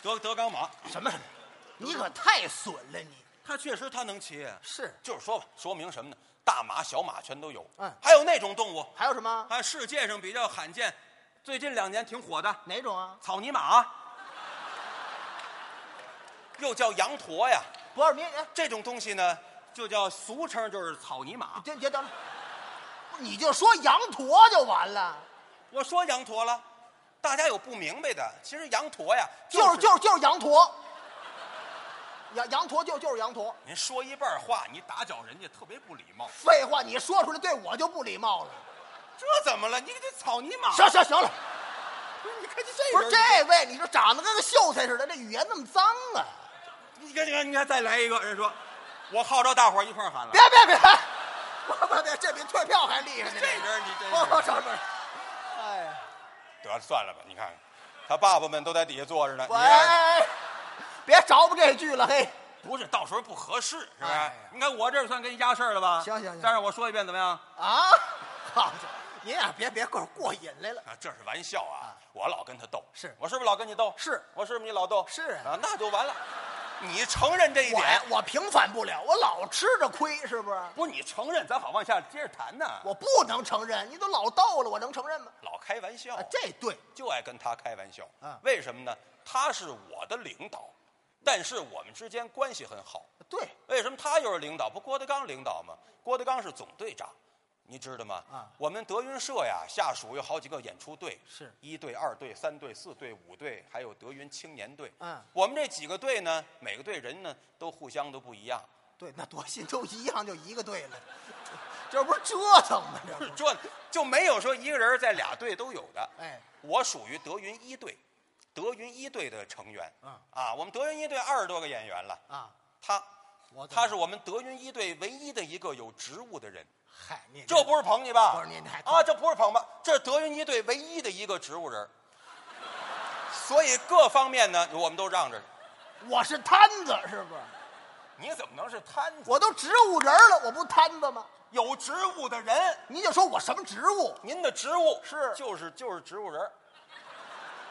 Speaker 2: 德德纲马，
Speaker 3: 什么？你可太损了你！
Speaker 2: 他确实他能骑。啊
Speaker 3: 是
Speaker 2: 就是说吧，说明什么呢？大马、小马全都有。
Speaker 3: 嗯
Speaker 2: 还有那种动物，
Speaker 3: 还有什么？
Speaker 2: 还有世界上比较罕见，最近两年挺火的
Speaker 3: 哪种啊？
Speaker 2: 草泥马，又叫羊驼呀。
Speaker 3: 不是您，哎，
Speaker 2: 这种东西呢，就叫俗称就是草泥马。
Speaker 3: 别别等了，不是你就说羊驼就完了，
Speaker 2: 我说羊驼了，大家有不明白的，其实羊驼呀，
Speaker 3: 就是
Speaker 2: 是
Speaker 3: 就是就是羊驼，羊羊驼就就是羊驼。
Speaker 2: 您说一半话，你打搅人家特别不礼貌。
Speaker 3: 废话，你说出来对我就不礼貌了。
Speaker 2: 这怎么了？你这草泥马，
Speaker 3: 行行行了，
Speaker 2: 不是你看这
Speaker 3: 啊不是这位，你说长得跟个秀才似的，这语言那么脏啊！
Speaker 2: 这，你看你看你看，再来一个人说，我号召大伙儿一块儿喊了
Speaker 3: 别。别别，我我啊别，这比退票还厉害呢！
Speaker 2: 这人你真是 <laughs>
Speaker 3: 我我 <laughs> 找找，哎呀。
Speaker 2: 得了，算了吧，你看看，他爸爸们都在底下坐着呢。你
Speaker 3: 喂
Speaker 2: 看，
Speaker 3: 别着不这句了，嘿，
Speaker 2: 不是，到时候不合适，是不是
Speaker 3: 哎呀？
Speaker 2: 你看我这算跟你压事儿了吧？
Speaker 3: 行行行
Speaker 2: 再让我说一遍怎么样？
Speaker 3: 啊，好家伙，您呀、别别过过瘾来了，
Speaker 2: 啊，这是玩笑啊！我老跟他斗，
Speaker 3: 是
Speaker 2: 我是不是老跟你斗？
Speaker 3: 是
Speaker 2: 我是不是你老斗？
Speaker 3: 是啊
Speaker 2: 啊，那就完了。你承认这一
Speaker 3: 我哎呀
Speaker 2: 点，，
Speaker 3: 我平反不了，我老吃着亏，是不是？
Speaker 2: 不是你承认，咱好往下接着谈呢。
Speaker 3: 我不能承认，你都老逗了，我能承认吗？
Speaker 2: 老开玩笑
Speaker 3: 啊，，这对，
Speaker 2: 就爱跟他开玩笑
Speaker 3: 啊
Speaker 2: 为什么呢？他是我的领导，但是我们之间关系很好。
Speaker 3: 对，
Speaker 2: 为什么他又是领导？不，郭德纲领导吗？郭德纲是总队长，你知道吗？
Speaker 3: 啊
Speaker 2: 我们德云社呀，下属有好几个演出队，
Speaker 3: 是
Speaker 2: 一队、二队、三队、四队、五队，还有德云青年队。
Speaker 3: 嗯
Speaker 2: 我们这几个队呢，每个队人呢都互相都不一样。
Speaker 3: 对，那多新都一样，就一个队了， <laughs> 这不是折腾吗？这不
Speaker 2: 不是
Speaker 3: 是，
Speaker 2: 这就没有说一个人在俩队都有的。
Speaker 3: 哎，
Speaker 2: 我属于德云一队，德云一队的成员。
Speaker 3: 嗯
Speaker 2: 啊，我们德云一队二十多个演员了，
Speaker 3: 啊，
Speaker 2: 他
Speaker 3: 我怎么
Speaker 2: 他是我们德云一队唯一的一个有职务的人，
Speaker 3: 嗨，你
Speaker 2: 这不是捧你吧？
Speaker 3: 不是您太
Speaker 2: 啊，这不是捧吧？这是德云一队唯一的一个职务人，所以各方面呢，我们都让着。
Speaker 3: 我是摊子是不是？
Speaker 2: 你怎么能是摊子？
Speaker 3: 我都植物人了，我不摊子吗？
Speaker 2: 有职务的人，
Speaker 3: 你就说我什么职务？
Speaker 2: 您的职务
Speaker 3: 是
Speaker 2: 就是就是职务人，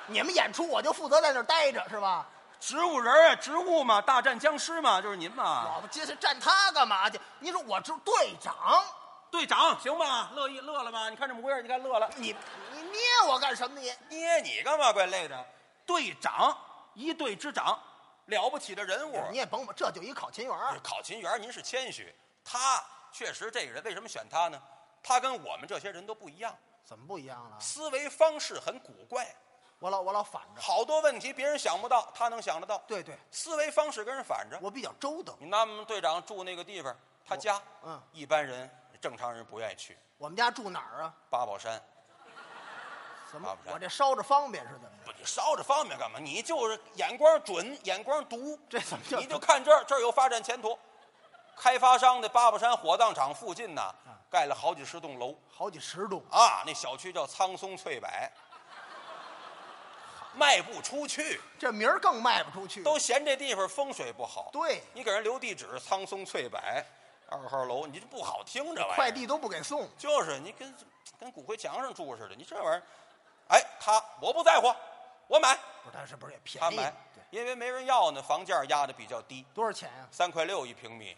Speaker 3: 你们演出我就负责在那儿待着是吧？
Speaker 2: 职务人啊，职务嘛，大战僵尸嘛，就是您嘛。
Speaker 3: 老子接着站他干嘛去？你说我是队长，
Speaker 2: 队长，行吧，乐意乐了吧？你看这模样，你看乐了，
Speaker 3: 你你捏我干什么你？
Speaker 2: 捏你干嘛？怪累的。队长，一队之长，了不起的人物。
Speaker 3: 你也甭管，这就一考勤员
Speaker 2: 不是考勤员，您是谦虚，他确实这个人为什么选他呢？他跟我们这些人都不一样，
Speaker 3: 怎么不一样了？
Speaker 2: 思维方式很古怪，
Speaker 3: 我老我老反着。
Speaker 2: 好多问题别人想不到，他能想得到。
Speaker 3: 对对，
Speaker 2: 思维方式跟人反着。
Speaker 3: 我比较周到。
Speaker 2: 你拿我们队长住那个地方，他家，
Speaker 3: 嗯
Speaker 2: 一般人正常人不愿意去
Speaker 3: 我们家住哪儿啊？
Speaker 2: 八宝山。
Speaker 3: 怎么
Speaker 2: 啊不？是
Speaker 3: 我这烧着方便是怎么着？
Speaker 2: 不，你烧着方便干嘛？你就是眼光准，眼光毒。
Speaker 3: 这怎么叫
Speaker 2: 你就看这儿，这儿有发展前途。开发商的八宝山火葬场附近呐，
Speaker 3: 嗯
Speaker 2: 盖了好几十栋楼
Speaker 3: 好几十栋，
Speaker 2: 啊，那小区叫苍松翠
Speaker 3: <laughs>
Speaker 2: 柏，卖不出去，
Speaker 3: 这名儿更卖不出去。
Speaker 2: 都嫌这地方风水不好。
Speaker 3: 对
Speaker 2: 你给人留地址，苍松翠柏二号楼，你这不好听这玩意儿。
Speaker 3: 快递都不给送，
Speaker 2: 就是你跟跟骨灰墙上住似的，你这玩意儿，哎，他我不在乎，我买。
Speaker 3: 不是，但是不是也便
Speaker 2: 他
Speaker 3: 宜？
Speaker 2: 买，
Speaker 3: 对，
Speaker 2: 因为没人要呢，房价压的比较低，
Speaker 3: 多少钱呀、啊
Speaker 2: 三块六一平米。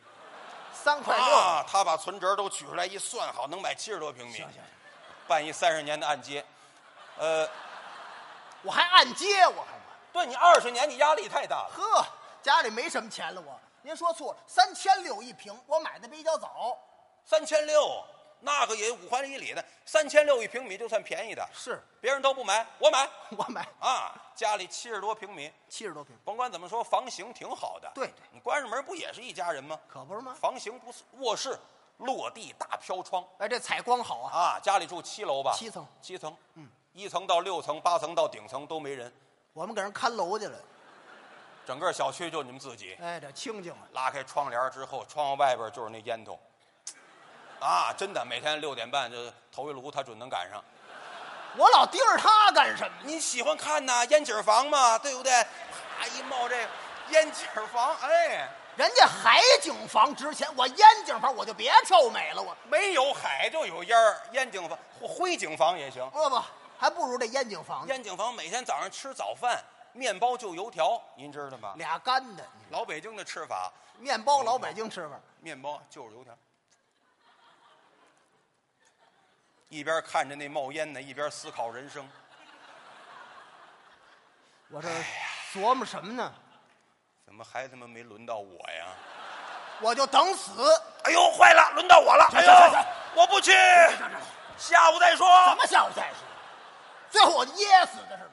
Speaker 3: 三块六。
Speaker 2: 啊，他把存折都取出来一算，好能买七十多平米
Speaker 3: 行，行行，
Speaker 2: 办一三十年的按揭。呃，
Speaker 3: 我还按揭，我还
Speaker 2: 对你二十年，你压力太大了。
Speaker 3: 呵，家里没什么钱了我。您说错了，三千六一平，我买的比较早。
Speaker 2: 三千六，那个也五环以里的，三千六一平米就算便宜的，
Speaker 3: 是
Speaker 2: 别人都不买，我买
Speaker 3: 我买
Speaker 2: 啊。家里七十多平米，
Speaker 3: 七十多平，
Speaker 2: 甭管怎么说，房型挺好的。
Speaker 3: 对嗯对
Speaker 2: 你关上门不也是一家人吗？
Speaker 3: 可不是吗？
Speaker 2: 房型不错，卧室落地大飘窗。
Speaker 3: 哎，这采光好啊，
Speaker 2: 啊，家里住七楼吧？
Speaker 3: 七层
Speaker 2: 七层，嗯，一层到六层、八层到顶层都没人，
Speaker 3: 我们给人看楼去了。
Speaker 2: 整个小区就你们自己。
Speaker 3: 哎，这清静啊，
Speaker 2: 拉开窗帘之后，窗户外边就是那烟囱，啊，真的，每天六点半就头一炉，他准能赶上。
Speaker 3: 我老盯着他干什么呢？
Speaker 2: 你喜欢看呐、烟景房嘛，对不对？啪一冒这个烟景房，哎，
Speaker 3: 人家海景房值钱，我烟景房我就别臭美了我。
Speaker 2: 没有海就有烟儿，烟景房或灰景房也行。
Speaker 3: 不不，还不如这烟景房呢，
Speaker 2: 烟景房每天早上吃早饭，面包就油条，您知道吗？
Speaker 3: 俩干的，
Speaker 2: 老北京的吃法，
Speaker 3: 面包老北京吃法。
Speaker 2: 面包就是油条，一边看着那冒烟呢，一边思考人生。
Speaker 3: 我这琢磨什么呢？
Speaker 2: 怎么还他妈没轮到我呀？
Speaker 3: 我就等死。
Speaker 2: 哎呦，坏了，轮到我了！哎
Speaker 3: 行行行
Speaker 2: 呦，我不去，下午再说。
Speaker 3: 什么下午再说？最后我噎死的是吧？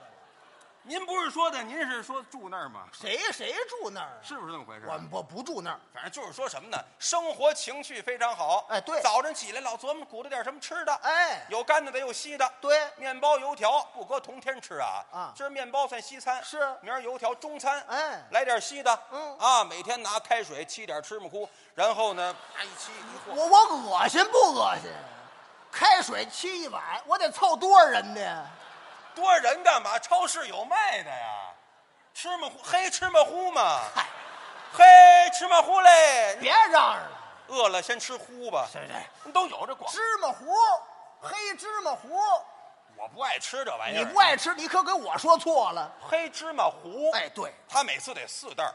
Speaker 2: 您不是说的，您是说住那儿吗？
Speaker 3: 谁谁住那儿啊？
Speaker 2: 不是这么回事
Speaker 3: 我们不不住那儿，
Speaker 2: 反正就是说什么呢？生活情趣非常好。
Speaker 3: 哎对
Speaker 2: 早晨起来老琢磨鼓捣点什么吃的，
Speaker 3: 哎
Speaker 2: 有干的得有稀的。
Speaker 3: 对
Speaker 2: 面包油条不搁同天吃啊。
Speaker 3: 啊
Speaker 2: 今儿面包算西餐，
Speaker 3: 是
Speaker 2: 明儿油条中餐。
Speaker 3: 哎
Speaker 2: 来点稀的。
Speaker 3: 嗯
Speaker 2: 啊，每天拿开水沏点芝麻糊，然后呢，啪一沏一和。
Speaker 3: 我我恶心不恶心？开水沏一碗，我得凑多少人呢？
Speaker 2: 多人干嘛？超市有卖的呀。芝麻糊，黑芝麻糊嘛。
Speaker 3: 嗨，
Speaker 2: 嘿，芝麻糊嘞！
Speaker 3: 别嚷嚷了，
Speaker 2: 饿了先吃糊吧。
Speaker 3: 这这
Speaker 2: 都有这广，
Speaker 3: 芝麻糊，黑芝麻糊，
Speaker 2: 我不爱吃这玩意儿。
Speaker 3: 你不爱吃，你可给我说错了。
Speaker 2: 黑芝麻糊？
Speaker 3: 哎，对，
Speaker 2: 他每次得四袋儿，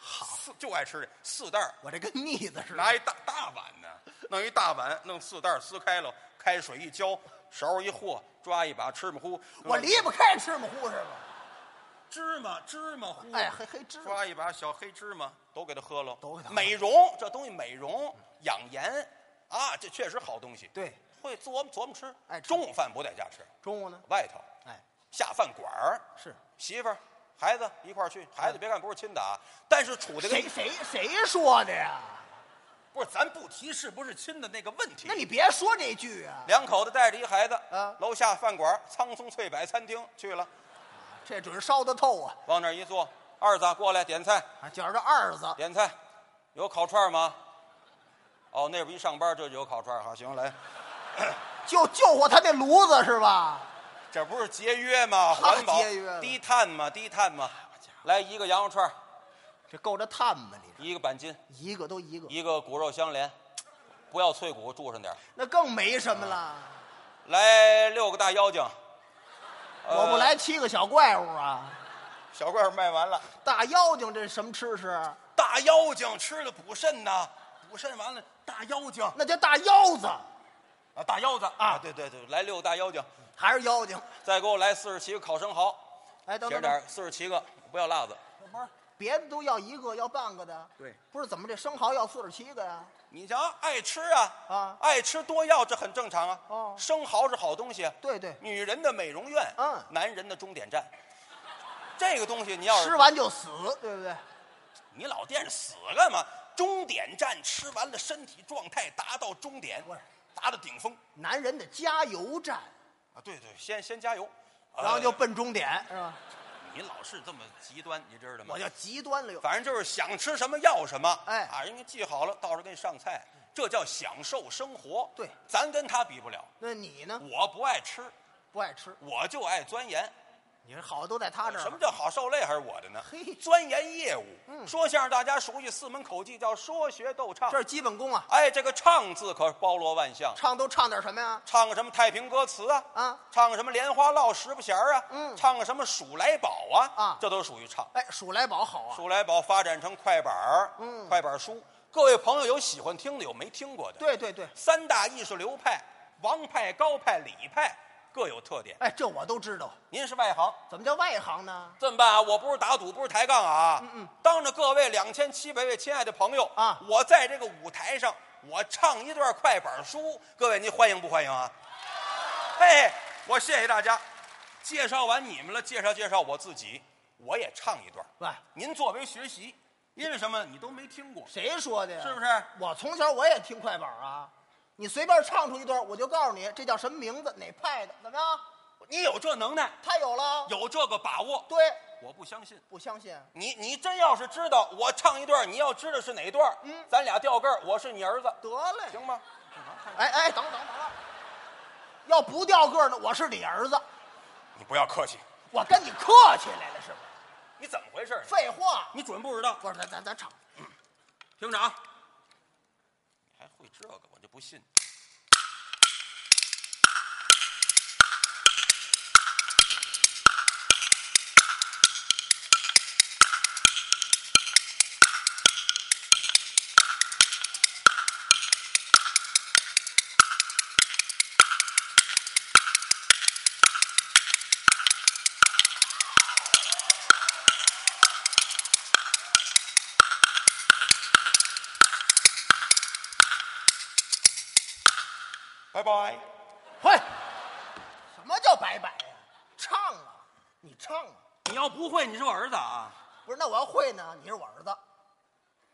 Speaker 2: 好，就爱吃这四袋儿
Speaker 3: 我这跟腻子似的。
Speaker 2: 拿一大大碗
Speaker 3: <laughs>
Speaker 2: 呢，弄一大碗，弄四袋儿撕开了，开水一浇，勺一和，抓一把芝麻糊。
Speaker 3: 我离不开芝麻糊是吧？
Speaker 2: 芝麻芝麻糊，
Speaker 3: 哎，黑黑芝麻，
Speaker 2: 抓一把小黑芝麻，都给它喝了，
Speaker 3: 都给它喝了
Speaker 2: 美容，这东西美容养颜啊，这确实好东西。，
Speaker 3: 对，
Speaker 2: 会琢磨琢磨吃。
Speaker 3: 爱吃
Speaker 2: 中午饭不在家吃，
Speaker 3: 中午呢？
Speaker 2: 外头
Speaker 3: 哎，
Speaker 2: 下饭馆儿，
Speaker 3: 是嗯
Speaker 2: 媳妇儿、孩子一块儿去。孩子别看不是亲的啊，但是处的跟
Speaker 3: 谁谁谁说的呀？
Speaker 2: 不是，咱不提是不是亲的那个问题
Speaker 3: 那。你别说这句啊，
Speaker 2: 两口子带着一孩子，
Speaker 3: 啊
Speaker 2: 楼下饭馆儿苍松翠柏餐厅去了，
Speaker 3: 这准烧得透啊！
Speaker 2: 往那儿一坐，二子过来点菜，
Speaker 3: 啊，觉着二子
Speaker 2: 点菜，有烤串吗？哦，那边一上班这就有烤串，好，行，来，
Speaker 3: 就救活他那炉子是吧？
Speaker 2: 这不是节约
Speaker 3: <laughs>
Speaker 2: 吗？环保，
Speaker 3: 太节约了
Speaker 2: 低碳嘛，低碳嘛。来一个羊肉串，
Speaker 3: 这够着碳吗？你
Speaker 2: 一个板筋，
Speaker 3: 这一个都一个，
Speaker 2: 一个骨肉相连，不要脆骨，注上点儿。
Speaker 3: 那更没什么了。
Speaker 2: 来六个大妖精，呃
Speaker 3: 我不来七个小怪物啊！
Speaker 2: 小怪物卖完了，
Speaker 3: 大妖精这什么吃食？啊
Speaker 2: 大妖精吃了补肾呐，补肾完了大妖精
Speaker 3: 那叫大腰子，
Speaker 2: 啊，大腰子啊，对对对，来六个大妖精，
Speaker 3: 还是妖精？
Speaker 2: 再给我来四十七个烤生蚝，
Speaker 3: 哎，等
Speaker 2: 写
Speaker 3: 等
Speaker 2: 点
Speaker 3: 等，
Speaker 2: 四十七个，不要辣子。
Speaker 3: 不是别的都要一个，要半个的。
Speaker 2: 对，
Speaker 3: 不是怎么这生蚝要四十七个呀？
Speaker 2: 你瞧，爱吃啊
Speaker 3: 啊
Speaker 2: 爱吃多要这很正常啊。
Speaker 3: 哦
Speaker 2: 生蚝是好东西，啊
Speaker 3: 对对，
Speaker 2: 女人的美容院，
Speaker 3: 嗯
Speaker 2: 男人的终点站。这个东西你要是
Speaker 3: 吃，完就死，对不对？
Speaker 2: 你老惦着死干嘛？终点站吃完了，身体状态达到终点
Speaker 3: 不是，
Speaker 2: 达到顶峰
Speaker 3: 男人的加油站，
Speaker 2: 啊！对对，先先加油，呃
Speaker 3: 然后就奔终点，是吧？
Speaker 2: 你老是这么极端，你知道吗？
Speaker 3: 我就极端了又。
Speaker 2: 反正就是想吃什么要什么，
Speaker 3: 哎嗯
Speaker 2: 啊，人家记好了，到时候给你上菜，这叫享受生活。
Speaker 3: 对
Speaker 2: 咱跟他比不了，
Speaker 3: 那你呢？
Speaker 2: 我不爱吃，
Speaker 3: 不爱吃，
Speaker 2: 我就爱钻研。
Speaker 3: 你说好的都在他这儿。
Speaker 2: 什么？叫好受累还是我的呢？
Speaker 3: 嘿
Speaker 2: 钻研业务，
Speaker 3: 嗯
Speaker 2: 说相声大家熟悉四门口技叫说学逗唱。
Speaker 3: 这是基本功啊！
Speaker 2: 哎，这个唱字可包罗万象，
Speaker 3: 唱都唱点什么呀？
Speaker 2: 唱个什么太平歌词啊，
Speaker 3: 啊，
Speaker 2: 唱个什么莲花落十不弦儿啊，
Speaker 3: 嗯
Speaker 2: 唱个什么数来宝啊，
Speaker 3: 啊
Speaker 2: 这都属于唱。
Speaker 3: 哎，数来宝好啊！
Speaker 2: 数来宝发展成快板儿，
Speaker 3: 嗯
Speaker 2: 快板儿书。各位朋友有喜欢听的，有没听过的？，
Speaker 3: 对对对，
Speaker 2: 三大艺术流派，王派、高派、李派各有特点。
Speaker 3: 哎，这我都知道。
Speaker 2: 您是外行，
Speaker 3: 怎么叫外行呢？
Speaker 2: 这么办啊？我不是打赌，不是抬杠啊。
Speaker 3: 嗯嗯。
Speaker 2: 当着各位两千七百位亲爱的朋友
Speaker 3: 啊
Speaker 2: 我在这个舞台上，我唱一段快板书，各位您欢迎不欢迎
Speaker 3: <laughs>
Speaker 2: 啊？嘿，我谢谢大家。介绍完你们了，介绍介绍我自己，我也唱一段。
Speaker 3: 喂，
Speaker 2: 您作为学习，因为什么？你都没听过，
Speaker 3: 谁说的呀？
Speaker 2: 是不是？
Speaker 3: 我从小我也听快板啊，你随便唱出一段，我就告诉你这叫什么名字，哪派的，怎么样？
Speaker 2: 你有这能耐，
Speaker 3: 他有了，
Speaker 2: 有这个把握，
Speaker 3: 对，
Speaker 2: 我不相信。
Speaker 3: 不相信？
Speaker 2: 你你真要是知道，我唱一段，你要知道是哪段，
Speaker 3: 嗯
Speaker 2: 咱俩掉个儿，我是你儿子，
Speaker 3: 得嘞，
Speaker 2: 行吗？
Speaker 3: 哎哎，等等等等，要不掉个儿呢，我是你儿子，
Speaker 2: 你不要客气，
Speaker 3: 我跟你客气来了是吧？
Speaker 2: 你怎么回事？
Speaker 3: 废话，
Speaker 2: 你准不知道？
Speaker 3: 不是咱咱咱唱，
Speaker 2: 听着啊，还会这个，我就不信。拜拜。
Speaker 3: 嘿，什么叫拜拜呀？唱啊，你唱啊，
Speaker 2: 你要不会，你是我儿子啊！
Speaker 3: 不是那我要会呢，你是我儿子，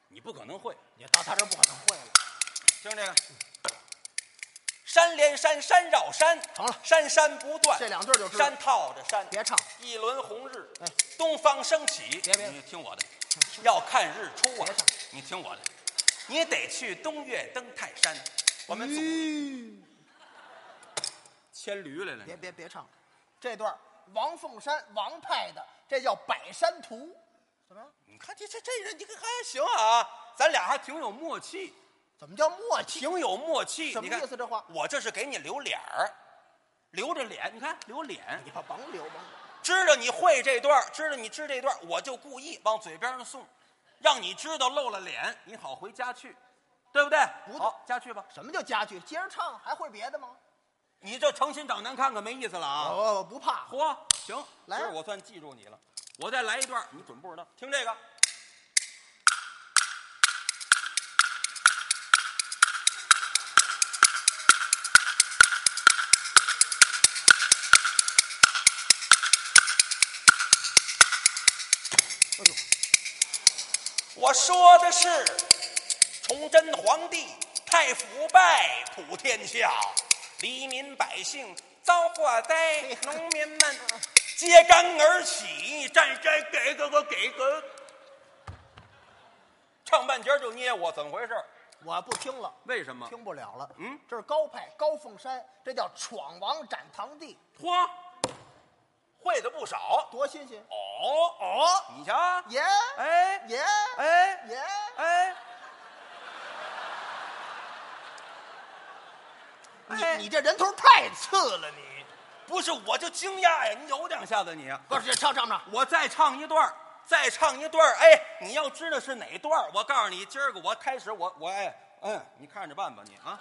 Speaker 2: 你不可能会。
Speaker 3: 你到他这儿不可能会了。
Speaker 2: 听这个，山连山，山绕山，
Speaker 3: 成了
Speaker 2: 山山不断。
Speaker 3: 这两句就知道
Speaker 2: 山套着山，
Speaker 3: 别唱，
Speaker 2: 一轮红日
Speaker 3: 哎，
Speaker 2: 东方升起。
Speaker 3: 别别
Speaker 2: 你听我的，要看日出啊
Speaker 3: 别唱！
Speaker 2: 你听我的，你得去东岳登泰山。我们祖牵驴来了
Speaker 3: 别别别唱，这段儿王凤山王派的，这叫《百山图》。怎么样？
Speaker 2: 你看这这这人，你看还行啊，咱俩还挺有默契，
Speaker 3: 怎么叫默契？
Speaker 2: 挺有默契。
Speaker 3: 什么
Speaker 2: 你看
Speaker 3: 意思这话
Speaker 2: 我这是给你留脸儿，留着 <laughs> 脸，你看留脸。
Speaker 3: 你甭留甭留，
Speaker 2: 知道你会这段儿，知道你知这段儿，我就故意往嘴边上送，让你知道露了脸，你好回家去，对不对？
Speaker 3: 不
Speaker 2: 好，家去吧。
Speaker 3: 什么叫家具？接着唱，还会别的吗？
Speaker 2: 你这成心长难看可没意思了啊！
Speaker 3: 我我不怕，
Speaker 2: 嚯，行，
Speaker 3: 来
Speaker 2: 今儿我算记住你了。我再来一段，啊你准不哎知道？听这个，我说的是崇祯皇帝太腐败，普天下，黎民百姓遭祸灾，农民们揭竿而起，站山给个我给个，唱半截儿就捏我，怎么回事？
Speaker 3: 我不听了，
Speaker 2: 为什么？
Speaker 3: 听不了了。
Speaker 2: 嗯，
Speaker 3: 这是高派高凤山，这叫闯王斩堂弟，
Speaker 2: 嚯，会的不少。
Speaker 3: 多新鲜！
Speaker 2: 哦哦，你瞧，
Speaker 3: 耶
Speaker 2: 哎
Speaker 3: 耶
Speaker 2: 哎
Speaker 3: 耶！
Speaker 2: 哎，哎
Speaker 3: 你你这人头太次了，你
Speaker 2: 不是，我就惊讶呀，你有两下子你。啊
Speaker 3: 不是唱唱唱，
Speaker 2: 我再唱一段儿，再唱一段儿。哎，你要知道是哪段儿，我告诉你，今儿个我开始我我哎嗯，你看着办吧你啊。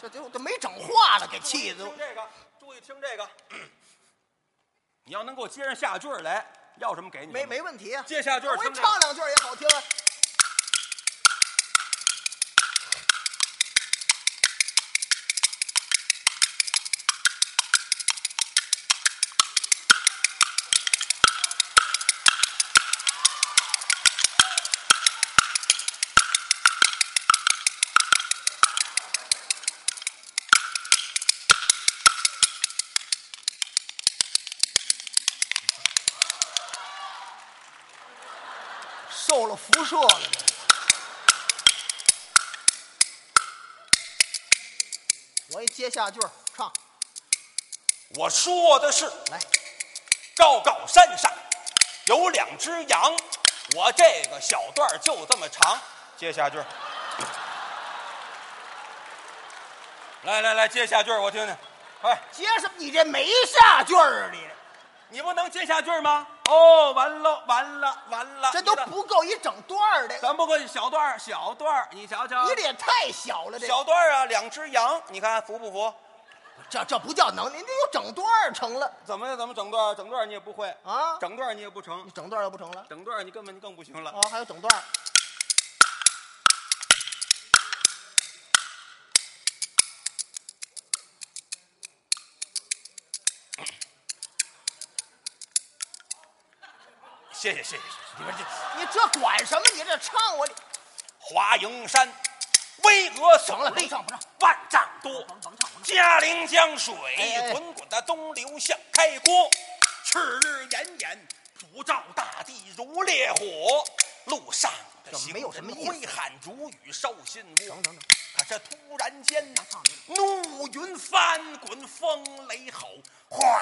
Speaker 3: 这这这没整话了，给气的
Speaker 2: 听。这个，注意听这个。 <clears throat> 你要能给我接上下句儿来，要什么给你
Speaker 3: 没
Speaker 2: 什么
Speaker 3: 没问题啊，
Speaker 2: 接下句儿
Speaker 3: 我
Speaker 2: 听
Speaker 3: 一
Speaker 2: 这
Speaker 3: 唱两句也好听啊。受了辐射了，我一接下句儿唱
Speaker 2: 我说的是
Speaker 3: 来，
Speaker 2: 高高山上有两只羊，我这个小段儿就这么长。接下句
Speaker 3: <laughs>
Speaker 2: 儿。来来来，接下句儿我听听。哎，
Speaker 3: 接什么？你这没下句儿啊你！
Speaker 2: 你不能接下句儿吗？哦，完了完了完了，
Speaker 3: 这都
Speaker 2: 你的，
Speaker 3: 不够一整段儿的，
Speaker 2: 咱不过小段儿小段儿，你瞧瞧，
Speaker 3: 你这也太小了，这
Speaker 2: 小段儿啊，两只羊，你看服不服？
Speaker 3: 这这不叫能，您这有整段儿成了，
Speaker 2: 怎么怎么整段儿整段儿你也不会
Speaker 3: 啊
Speaker 2: 整段儿你也不成
Speaker 3: 你，整段儿又不成了
Speaker 2: 整段儿你根本就更不行了
Speaker 3: 啊。，还有整段儿，
Speaker 2: 谢谢谢谢谢谢。
Speaker 3: 你说这你这管什么？你这唱我
Speaker 2: 华蓥山，巍峨
Speaker 3: 行
Speaker 2: 耸
Speaker 3: 了，
Speaker 2: 立
Speaker 3: 甭，唱甭唱，
Speaker 2: 万丈多。
Speaker 3: 甭甭唱甭唱，
Speaker 2: 嘉陵江水
Speaker 3: 哎哎
Speaker 2: 滚滚的东流向开锅，赤日炎炎普照大地如烈火。路上的
Speaker 3: 这
Speaker 2: 行
Speaker 3: 没有什么
Speaker 2: 人
Speaker 3: 意思
Speaker 2: 挥汗如雨烧心窝
Speaker 3: 等。等等，
Speaker 2: 可是突然间呐
Speaker 3: 别唱这个
Speaker 2: 怒云翻滚，风雷吼，哗！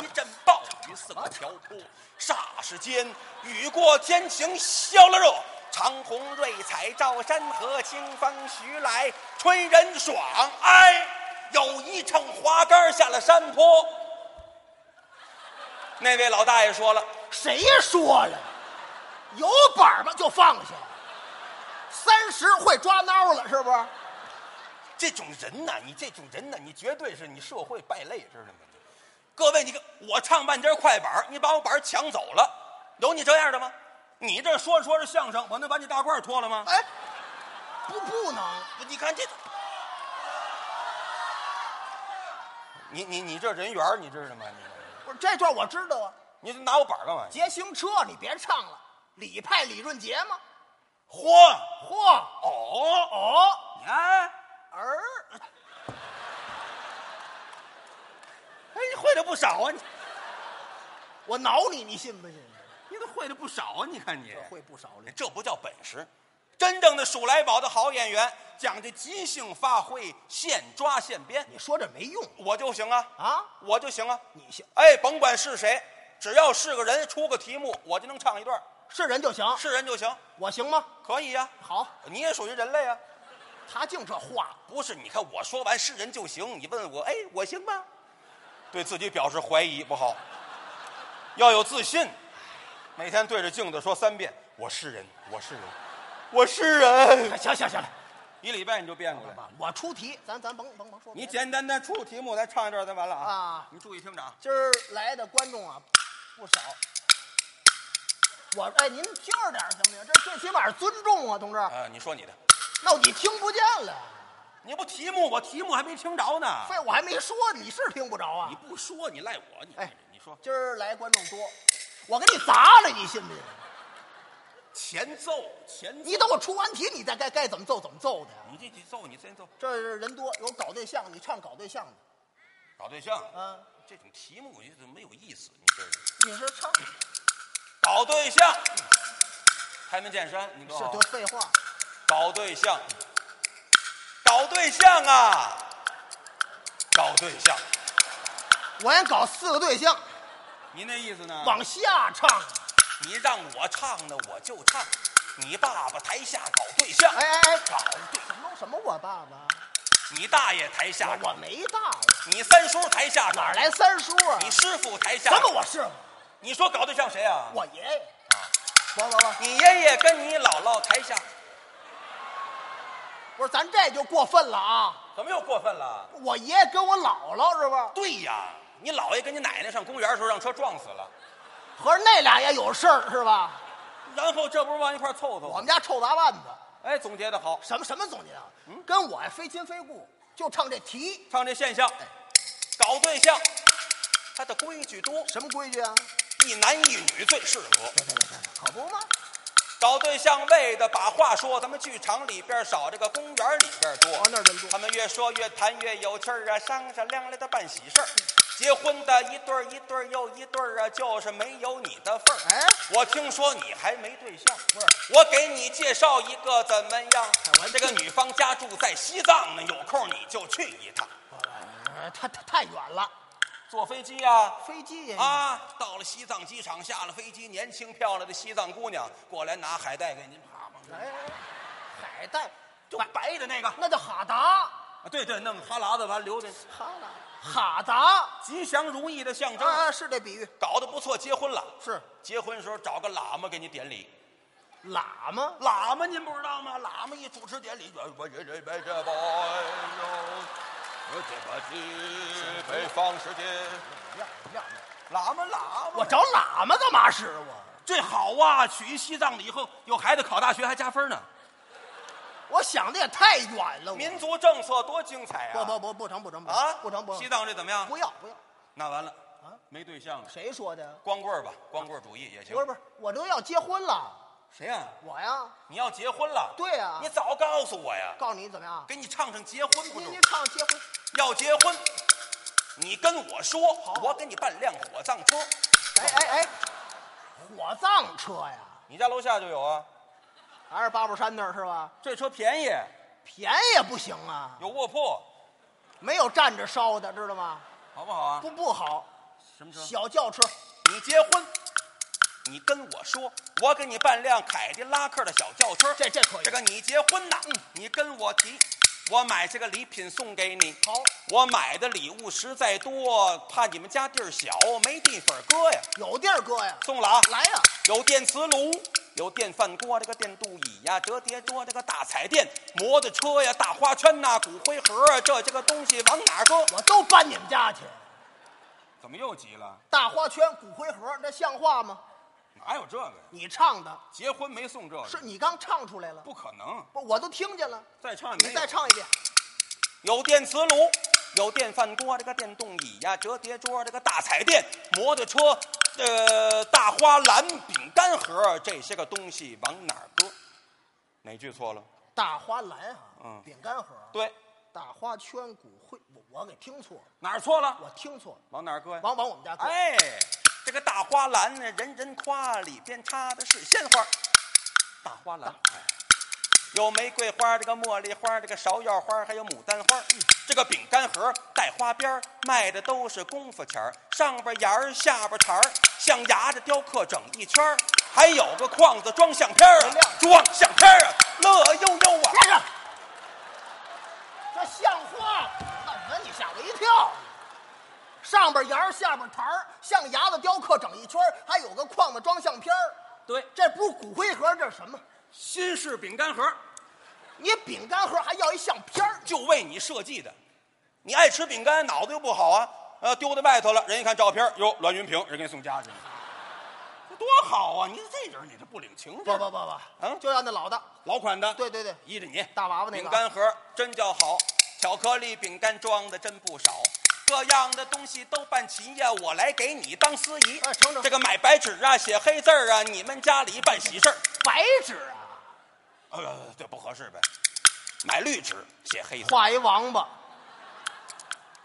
Speaker 2: 一阵暴雨四个瓢泼，霎时间雨过天晴，消了热。长虹瑞彩照山河，清风徐来吹人爽。哎，有一乘滑竿下了山坡。那位老大爷说了，
Speaker 3: 谁说了？有本儿吧就放下，三十会抓挠了是不是？
Speaker 2: 这种人呐、你这种人呐、你绝对是你社会败类，知道吗？各位，你看我唱半截快板儿，你把我板儿抢走了，有你这样的吗？你这说着说着相声，我能把你大褂儿脱了吗？
Speaker 3: 哎，不不能，
Speaker 2: 不你看这，你你你这人缘儿你知道吗？
Speaker 3: 不是这段我知道啊。
Speaker 2: 你这你拿我板儿干嘛？
Speaker 3: 捷行车你别唱了，李派李润杰吗？
Speaker 2: 嚯
Speaker 3: 嚯
Speaker 2: 哦哦，
Speaker 3: 哦
Speaker 2: 你看，
Speaker 3: 儿，
Speaker 2: 哎，你会的不少啊，你
Speaker 3: 我挠你，你信不信？
Speaker 2: 你都会的不少啊，你看你
Speaker 3: 这会不少了。
Speaker 2: 这不叫本事。真正的数来宝的好演员，讲究即兴发挥，现抓现编。
Speaker 3: 你说这没用
Speaker 2: 我就行啊，
Speaker 3: 啊！
Speaker 2: 我就行啊。
Speaker 3: 你信
Speaker 2: 哎，甭管是谁，只要是个人出个题目，我就能唱一段，
Speaker 3: 是人就行，
Speaker 2: 是人就行，
Speaker 3: 我行吗？
Speaker 2: 可以呀、啊
Speaker 3: 好，
Speaker 2: 你也属于人类啊，
Speaker 3: 他净这话，
Speaker 2: 不是？你看我说完是人就行，你问我，哎，我行吗？对自己表示怀疑不好，要有自信。每天对着镜子说三遍：“我是人，我是人，我是人。
Speaker 3: 哎行行行了，
Speaker 2: 一礼拜你就变过来，
Speaker 3: 爸我出题，咱咱甭甭甭说别
Speaker 2: 你
Speaker 3: 的。
Speaker 2: 简单的出题目，咱唱一段，咱完了啊。
Speaker 3: 啊
Speaker 2: 你注意听着啊，
Speaker 3: 今儿来的观众啊不少，我哎您劲儿点儿行不行？这最起码是尊重啊，同志。
Speaker 2: 啊，你说你的，
Speaker 3: 那你听不见了，
Speaker 2: 你不题目，我题目还没听着呢。
Speaker 3: 哎废我还没说，你是听不着啊
Speaker 2: 你。不说，你赖我，你
Speaker 3: 哎
Speaker 2: 你说
Speaker 3: 今儿来观众多，我给你砸了，你信不信？
Speaker 2: 前奏前奏，
Speaker 3: 你等我出完题，你再该该怎么揍怎么揍的呀。
Speaker 2: 你这这奏你先奏，
Speaker 3: 这是人多，有搞对象，你唱搞对象的
Speaker 2: 搞对象，
Speaker 3: 啊？
Speaker 2: 这种题目我觉得没有意思，你这是
Speaker 3: 你是唱
Speaker 2: 搞对象，开门见山，你多
Speaker 3: 是
Speaker 2: 好
Speaker 3: 多，废话，
Speaker 2: 搞对象，搞对象啊，搞对象，
Speaker 3: 我也搞四个对象，
Speaker 2: 您那意思呢？
Speaker 3: 往下唱。啊
Speaker 2: 你让我唱的我就唱，你爸爸台下搞对象，
Speaker 3: 哎哎哎，
Speaker 2: 搞对，
Speaker 3: 什么什么我爸爸？
Speaker 2: 你大爷台下
Speaker 3: 我
Speaker 2: 搞，
Speaker 3: 我没大爷，
Speaker 2: 你三叔台下搞
Speaker 3: 哪儿来三叔啊？
Speaker 2: 你师傅台下
Speaker 3: 什么我是
Speaker 2: 你说搞对象谁啊？
Speaker 3: 我爷爷？完完完，
Speaker 2: 你爷爷跟你姥姥台下，
Speaker 3: 不是咱这就过分了啊！
Speaker 2: 怎么又过分了？
Speaker 3: 我爷爷跟我姥姥是吧？
Speaker 2: 对呀，你姥爷跟你奶奶上公园的时候让车撞死了，
Speaker 3: 合着那俩也有事儿是吧？
Speaker 2: 然后这不是往一块凑凑
Speaker 3: 哎我
Speaker 2: 吗？
Speaker 3: 们家臭杂腕子，
Speaker 2: 哎，总结的好，
Speaker 3: 什么什么总结啊？跟我呀非亲非故，就唱这题，
Speaker 2: 唱这现象，
Speaker 3: 哎
Speaker 2: 搞对象，他的规矩多，
Speaker 3: 什么规矩啊？
Speaker 2: 一男一女最适合。
Speaker 3: 可不吗？
Speaker 2: 搞对象为的把话说，咱们剧场里边少，这个公园里边多。
Speaker 3: 哦往那儿人多
Speaker 2: 他。们越说越谈越有趣儿啊，商商量量的办喜事儿。
Speaker 3: 嗯
Speaker 2: 结婚的一对儿一对儿又一对儿啊，就是没有你的份儿。
Speaker 3: 哎，
Speaker 2: 我听说你还没对象，
Speaker 3: 不是，
Speaker 2: 我给你介绍一个怎么样
Speaker 3: 哎我？
Speaker 2: 这个女方家住在西藏呢，有空你就去一趟，
Speaker 3: 呃他他太远了，
Speaker 2: 坐飞机呀、
Speaker 3: 飞机
Speaker 2: 啊。
Speaker 3: 也
Speaker 2: 啊，到了西藏机场，下了飞机，年轻漂亮的西藏姑娘过来拿海带给您，啪啪啪
Speaker 3: 哎，海带
Speaker 2: 就白的那个，
Speaker 3: 那叫哈达，
Speaker 2: 啊对对，弄个哈喇子完留的，
Speaker 3: 哈达，哈达
Speaker 2: 吉祥如意的象征，
Speaker 3: 啊，是这比喻，
Speaker 2: 搞得不错，结婚了。
Speaker 3: 是
Speaker 2: 结婚时候找个喇嘛给你典礼，
Speaker 3: 喇嘛，
Speaker 2: 喇嘛您不知道吗？喇嘛一主持典礼，我这这这这包我这把去北方世界，
Speaker 3: 亮亮，
Speaker 2: 喇嘛喇嘛，
Speaker 3: 我找喇嘛干嘛使啊我？
Speaker 2: 这好啊！娶一西藏的以后，有孩子考大学还加分呢。
Speaker 3: 我想的也太远了，我
Speaker 2: 民族政策多精彩啊！
Speaker 3: 不不不不成不成不成
Speaker 2: 啊，
Speaker 3: 不成不成
Speaker 2: 西藏这怎么样？
Speaker 3: 不要不要，
Speaker 2: 那完了
Speaker 3: 啊，
Speaker 2: 没对象了，
Speaker 3: 谁说的呀？
Speaker 2: 光棍儿吧，光棍儿主义也行
Speaker 3: 不。是不是，我都要结婚了，
Speaker 2: 谁呀？
Speaker 3: 我呀，
Speaker 2: 你要结婚了？
Speaker 3: 对啊呀
Speaker 2: 你早告诉我呀！
Speaker 3: 告诉你怎么样？
Speaker 2: 给你唱唱结婚不
Speaker 3: 你
Speaker 2: 中
Speaker 3: 你。唱结婚，
Speaker 2: 要结婚，你跟我说，我给你办辆火葬车。
Speaker 3: 哎哎哎，火葬车呀，
Speaker 2: 你家楼下就有啊，
Speaker 3: 还是八宝山那儿是吧？
Speaker 2: 这车便宜，
Speaker 3: 便宜也不行啊，
Speaker 2: 有卧铺，
Speaker 3: 没有站着烧的，知道吗？
Speaker 2: 好不好啊？
Speaker 3: 不不好，
Speaker 2: 什么？
Speaker 3: 小轿车，
Speaker 2: 你结婚，你跟我说，我给你办辆凯迪拉克的小轿车。
Speaker 3: 这这可以
Speaker 2: 这嗯个你结婚呐，你跟我提，我买这个礼品送给你。
Speaker 3: 好，
Speaker 2: 我买的礼物实在多，怕你们家地儿小，没地方搁呀。
Speaker 3: 有地儿搁呀，
Speaker 2: 送了啊，
Speaker 3: 来呀，
Speaker 2: 有电磁炉，有电饭锅，这个电镀椅呀、折叠桌，这个大彩电，摩托车呀、大花圈呐、骨灰盒啊，这这个东西往哪儿搁？
Speaker 3: 我都搬你们家去。
Speaker 2: 怎么又急了？
Speaker 3: 大花圈、骨灰盒，那像话吗？
Speaker 2: 哪有这个呀？
Speaker 3: 你唱的
Speaker 2: 结婚没送这个，
Speaker 3: 是你刚唱出来了，
Speaker 2: 不可能。
Speaker 3: 不，我都听见了。
Speaker 2: 再唱
Speaker 3: 你再。唱一遍，
Speaker 2: 有电磁炉，有电饭锅，这个电动椅呀、折叠桌，这个大彩电，摩托车，呃，大花篮、饼干盒，这些个东西往哪儿搁？哪句错了？
Speaker 3: 大花篮啊，
Speaker 2: 嗯
Speaker 3: 饼干盒，
Speaker 2: 对，
Speaker 3: 大花圈、骨灰，我我给听错了，
Speaker 2: 哪儿错了？
Speaker 3: 我听错了，
Speaker 2: 往哪儿搁呀？
Speaker 3: 往往我们家搁。
Speaker 2: 哎，这个大花篮呢，人人夸，里边插的是鲜花。大花篮，哎，有玫瑰花，这个茉莉花，这个芍药花，还有牡丹花。
Speaker 5: 嗯
Speaker 2: 这个饼干盒带花边儿卖的都是功夫钱儿，上边沿儿，下边茬儿，象牙的雕刻整一圈儿，还有个框子装相片儿啊
Speaker 3: 亮，
Speaker 2: 装相片儿啊，乐悠悠啊。
Speaker 3: 先生，这像话吗？怎么了你吓我一跳？上边沿儿，下边台儿，象牙子雕刻整一圈儿，还有个框子装相片儿
Speaker 5: 对，
Speaker 3: 这不是骨灰盒，这是什么？
Speaker 5: 新式饼干盒
Speaker 3: 你饼干盒还要一相片儿
Speaker 2: 就为你设计的。你爱吃饼干，脑子又不好啊，呃，丢在外头了。人一看照片，哟，栾云平，人给你送家去了，这多好啊！你这人你这不领情
Speaker 3: 不
Speaker 2: 这
Speaker 3: 不不不，
Speaker 2: 嗯
Speaker 3: 就要那老的。
Speaker 2: 老款的，
Speaker 3: 对对对，
Speaker 2: 依着你，
Speaker 3: 大娃娃那个
Speaker 2: 饼
Speaker 3: 啊
Speaker 2: 干盒真叫好，巧克力饼干装的真不少，各样的东西都办齐呀，我来给你当司仪。
Speaker 3: 哎成成
Speaker 2: 这个买白纸啊，写黑字儿啊，你们家里办喜事儿。
Speaker 3: 白纸啊，
Speaker 2: 呃，这不合适呗，买绿纸写黑字儿，
Speaker 3: 画一王八，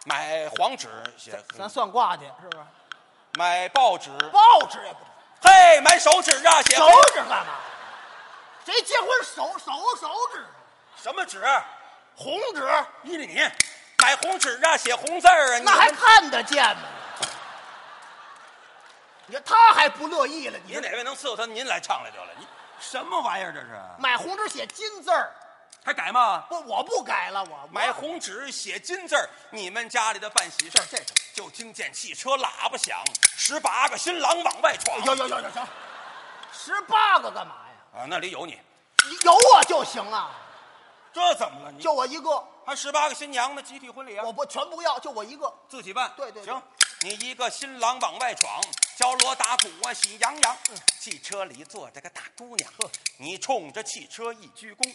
Speaker 2: 买黄纸写黑字
Speaker 3: 咱
Speaker 2: 儿，
Speaker 3: 算卦去，是不是？
Speaker 2: 买报纸，
Speaker 3: 报纸也不
Speaker 2: 嘿，买手纸啊，写
Speaker 3: 手
Speaker 2: 黑
Speaker 3: 指干嘛？谁结婚手手手指？
Speaker 2: 什么纸？
Speaker 3: 红纸
Speaker 2: 依着你，买红纸啊，写红字儿啊，你
Speaker 3: 那还看得见吗？你说他还不乐意了，你
Speaker 2: 您
Speaker 3: 说
Speaker 2: 哪位能伺候他？您来唱来得了。你什么玩意儿这是？
Speaker 3: 买红纸写金字儿，
Speaker 2: 还改吗？
Speaker 3: 不，我不改了，我
Speaker 2: 买红纸写金字儿，你们家里的办喜事儿，这就听见汽车喇叭响，十八个新郎往外闯。
Speaker 3: 有有有有行，十八个干嘛呀？
Speaker 2: 啊，那里有你，
Speaker 3: 你有我就行啊，
Speaker 2: 这怎么了？你
Speaker 3: 就我一个，
Speaker 2: 还十八个新娘呢，集体婚礼啊
Speaker 3: 我，不全不要，就我一个。
Speaker 2: 自己办。
Speaker 3: 对对对
Speaker 2: 行。你一个新郎往外闯，敲锣打鼓啊，喜洋洋。
Speaker 3: 嗯
Speaker 2: 汽车里坐着个大姑娘，你冲着汽车一鞠躬，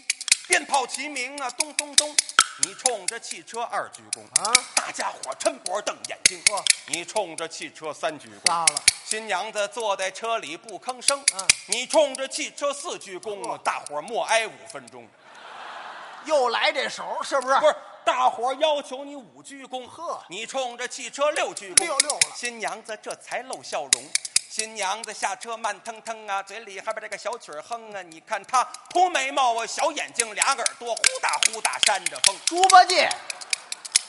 Speaker 2: 鞭炮齐鸣啊，咚咚咚，你冲着汽车二鞠躬
Speaker 3: 啊
Speaker 2: 大家伙抻脖瞪眼睛，你冲着汽车三鞠躬，
Speaker 3: 糟了
Speaker 2: 新娘子坐在车里不吭声，
Speaker 3: 啊嗯
Speaker 2: 你冲着汽车四鞠躬，大伙儿默哀五分钟，
Speaker 3: 又来这手，是不是？
Speaker 2: 不是。大伙儿要求你五鞠躬，
Speaker 3: 呵
Speaker 2: 你冲着汽车六鞠躬，
Speaker 3: 六六了
Speaker 2: 新娘子这才露笑容。新娘子下车慢腾腾啊，嘴里还把这个小曲儿哼啊。你看她红眉毛啊，小眼睛，俩耳朵，呼哒呼哒扇着风。
Speaker 3: 猪八戒，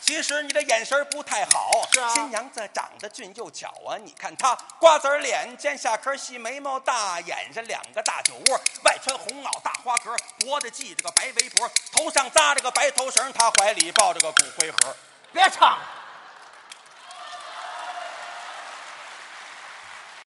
Speaker 2: 其实你的眼神不太好。
Speaker 3: 是啊
Speaker 2: 新娘子长得俊又巧啊，你看她瓜子儿脸，尖下颏儿，细眉毛，大眼上两个大酒窝，外穿红袄大花格，脖子系着个白围脖，头上扎着个白头绳，她怀里抱着个骨灰盒。
Speaker 3: 别唱了，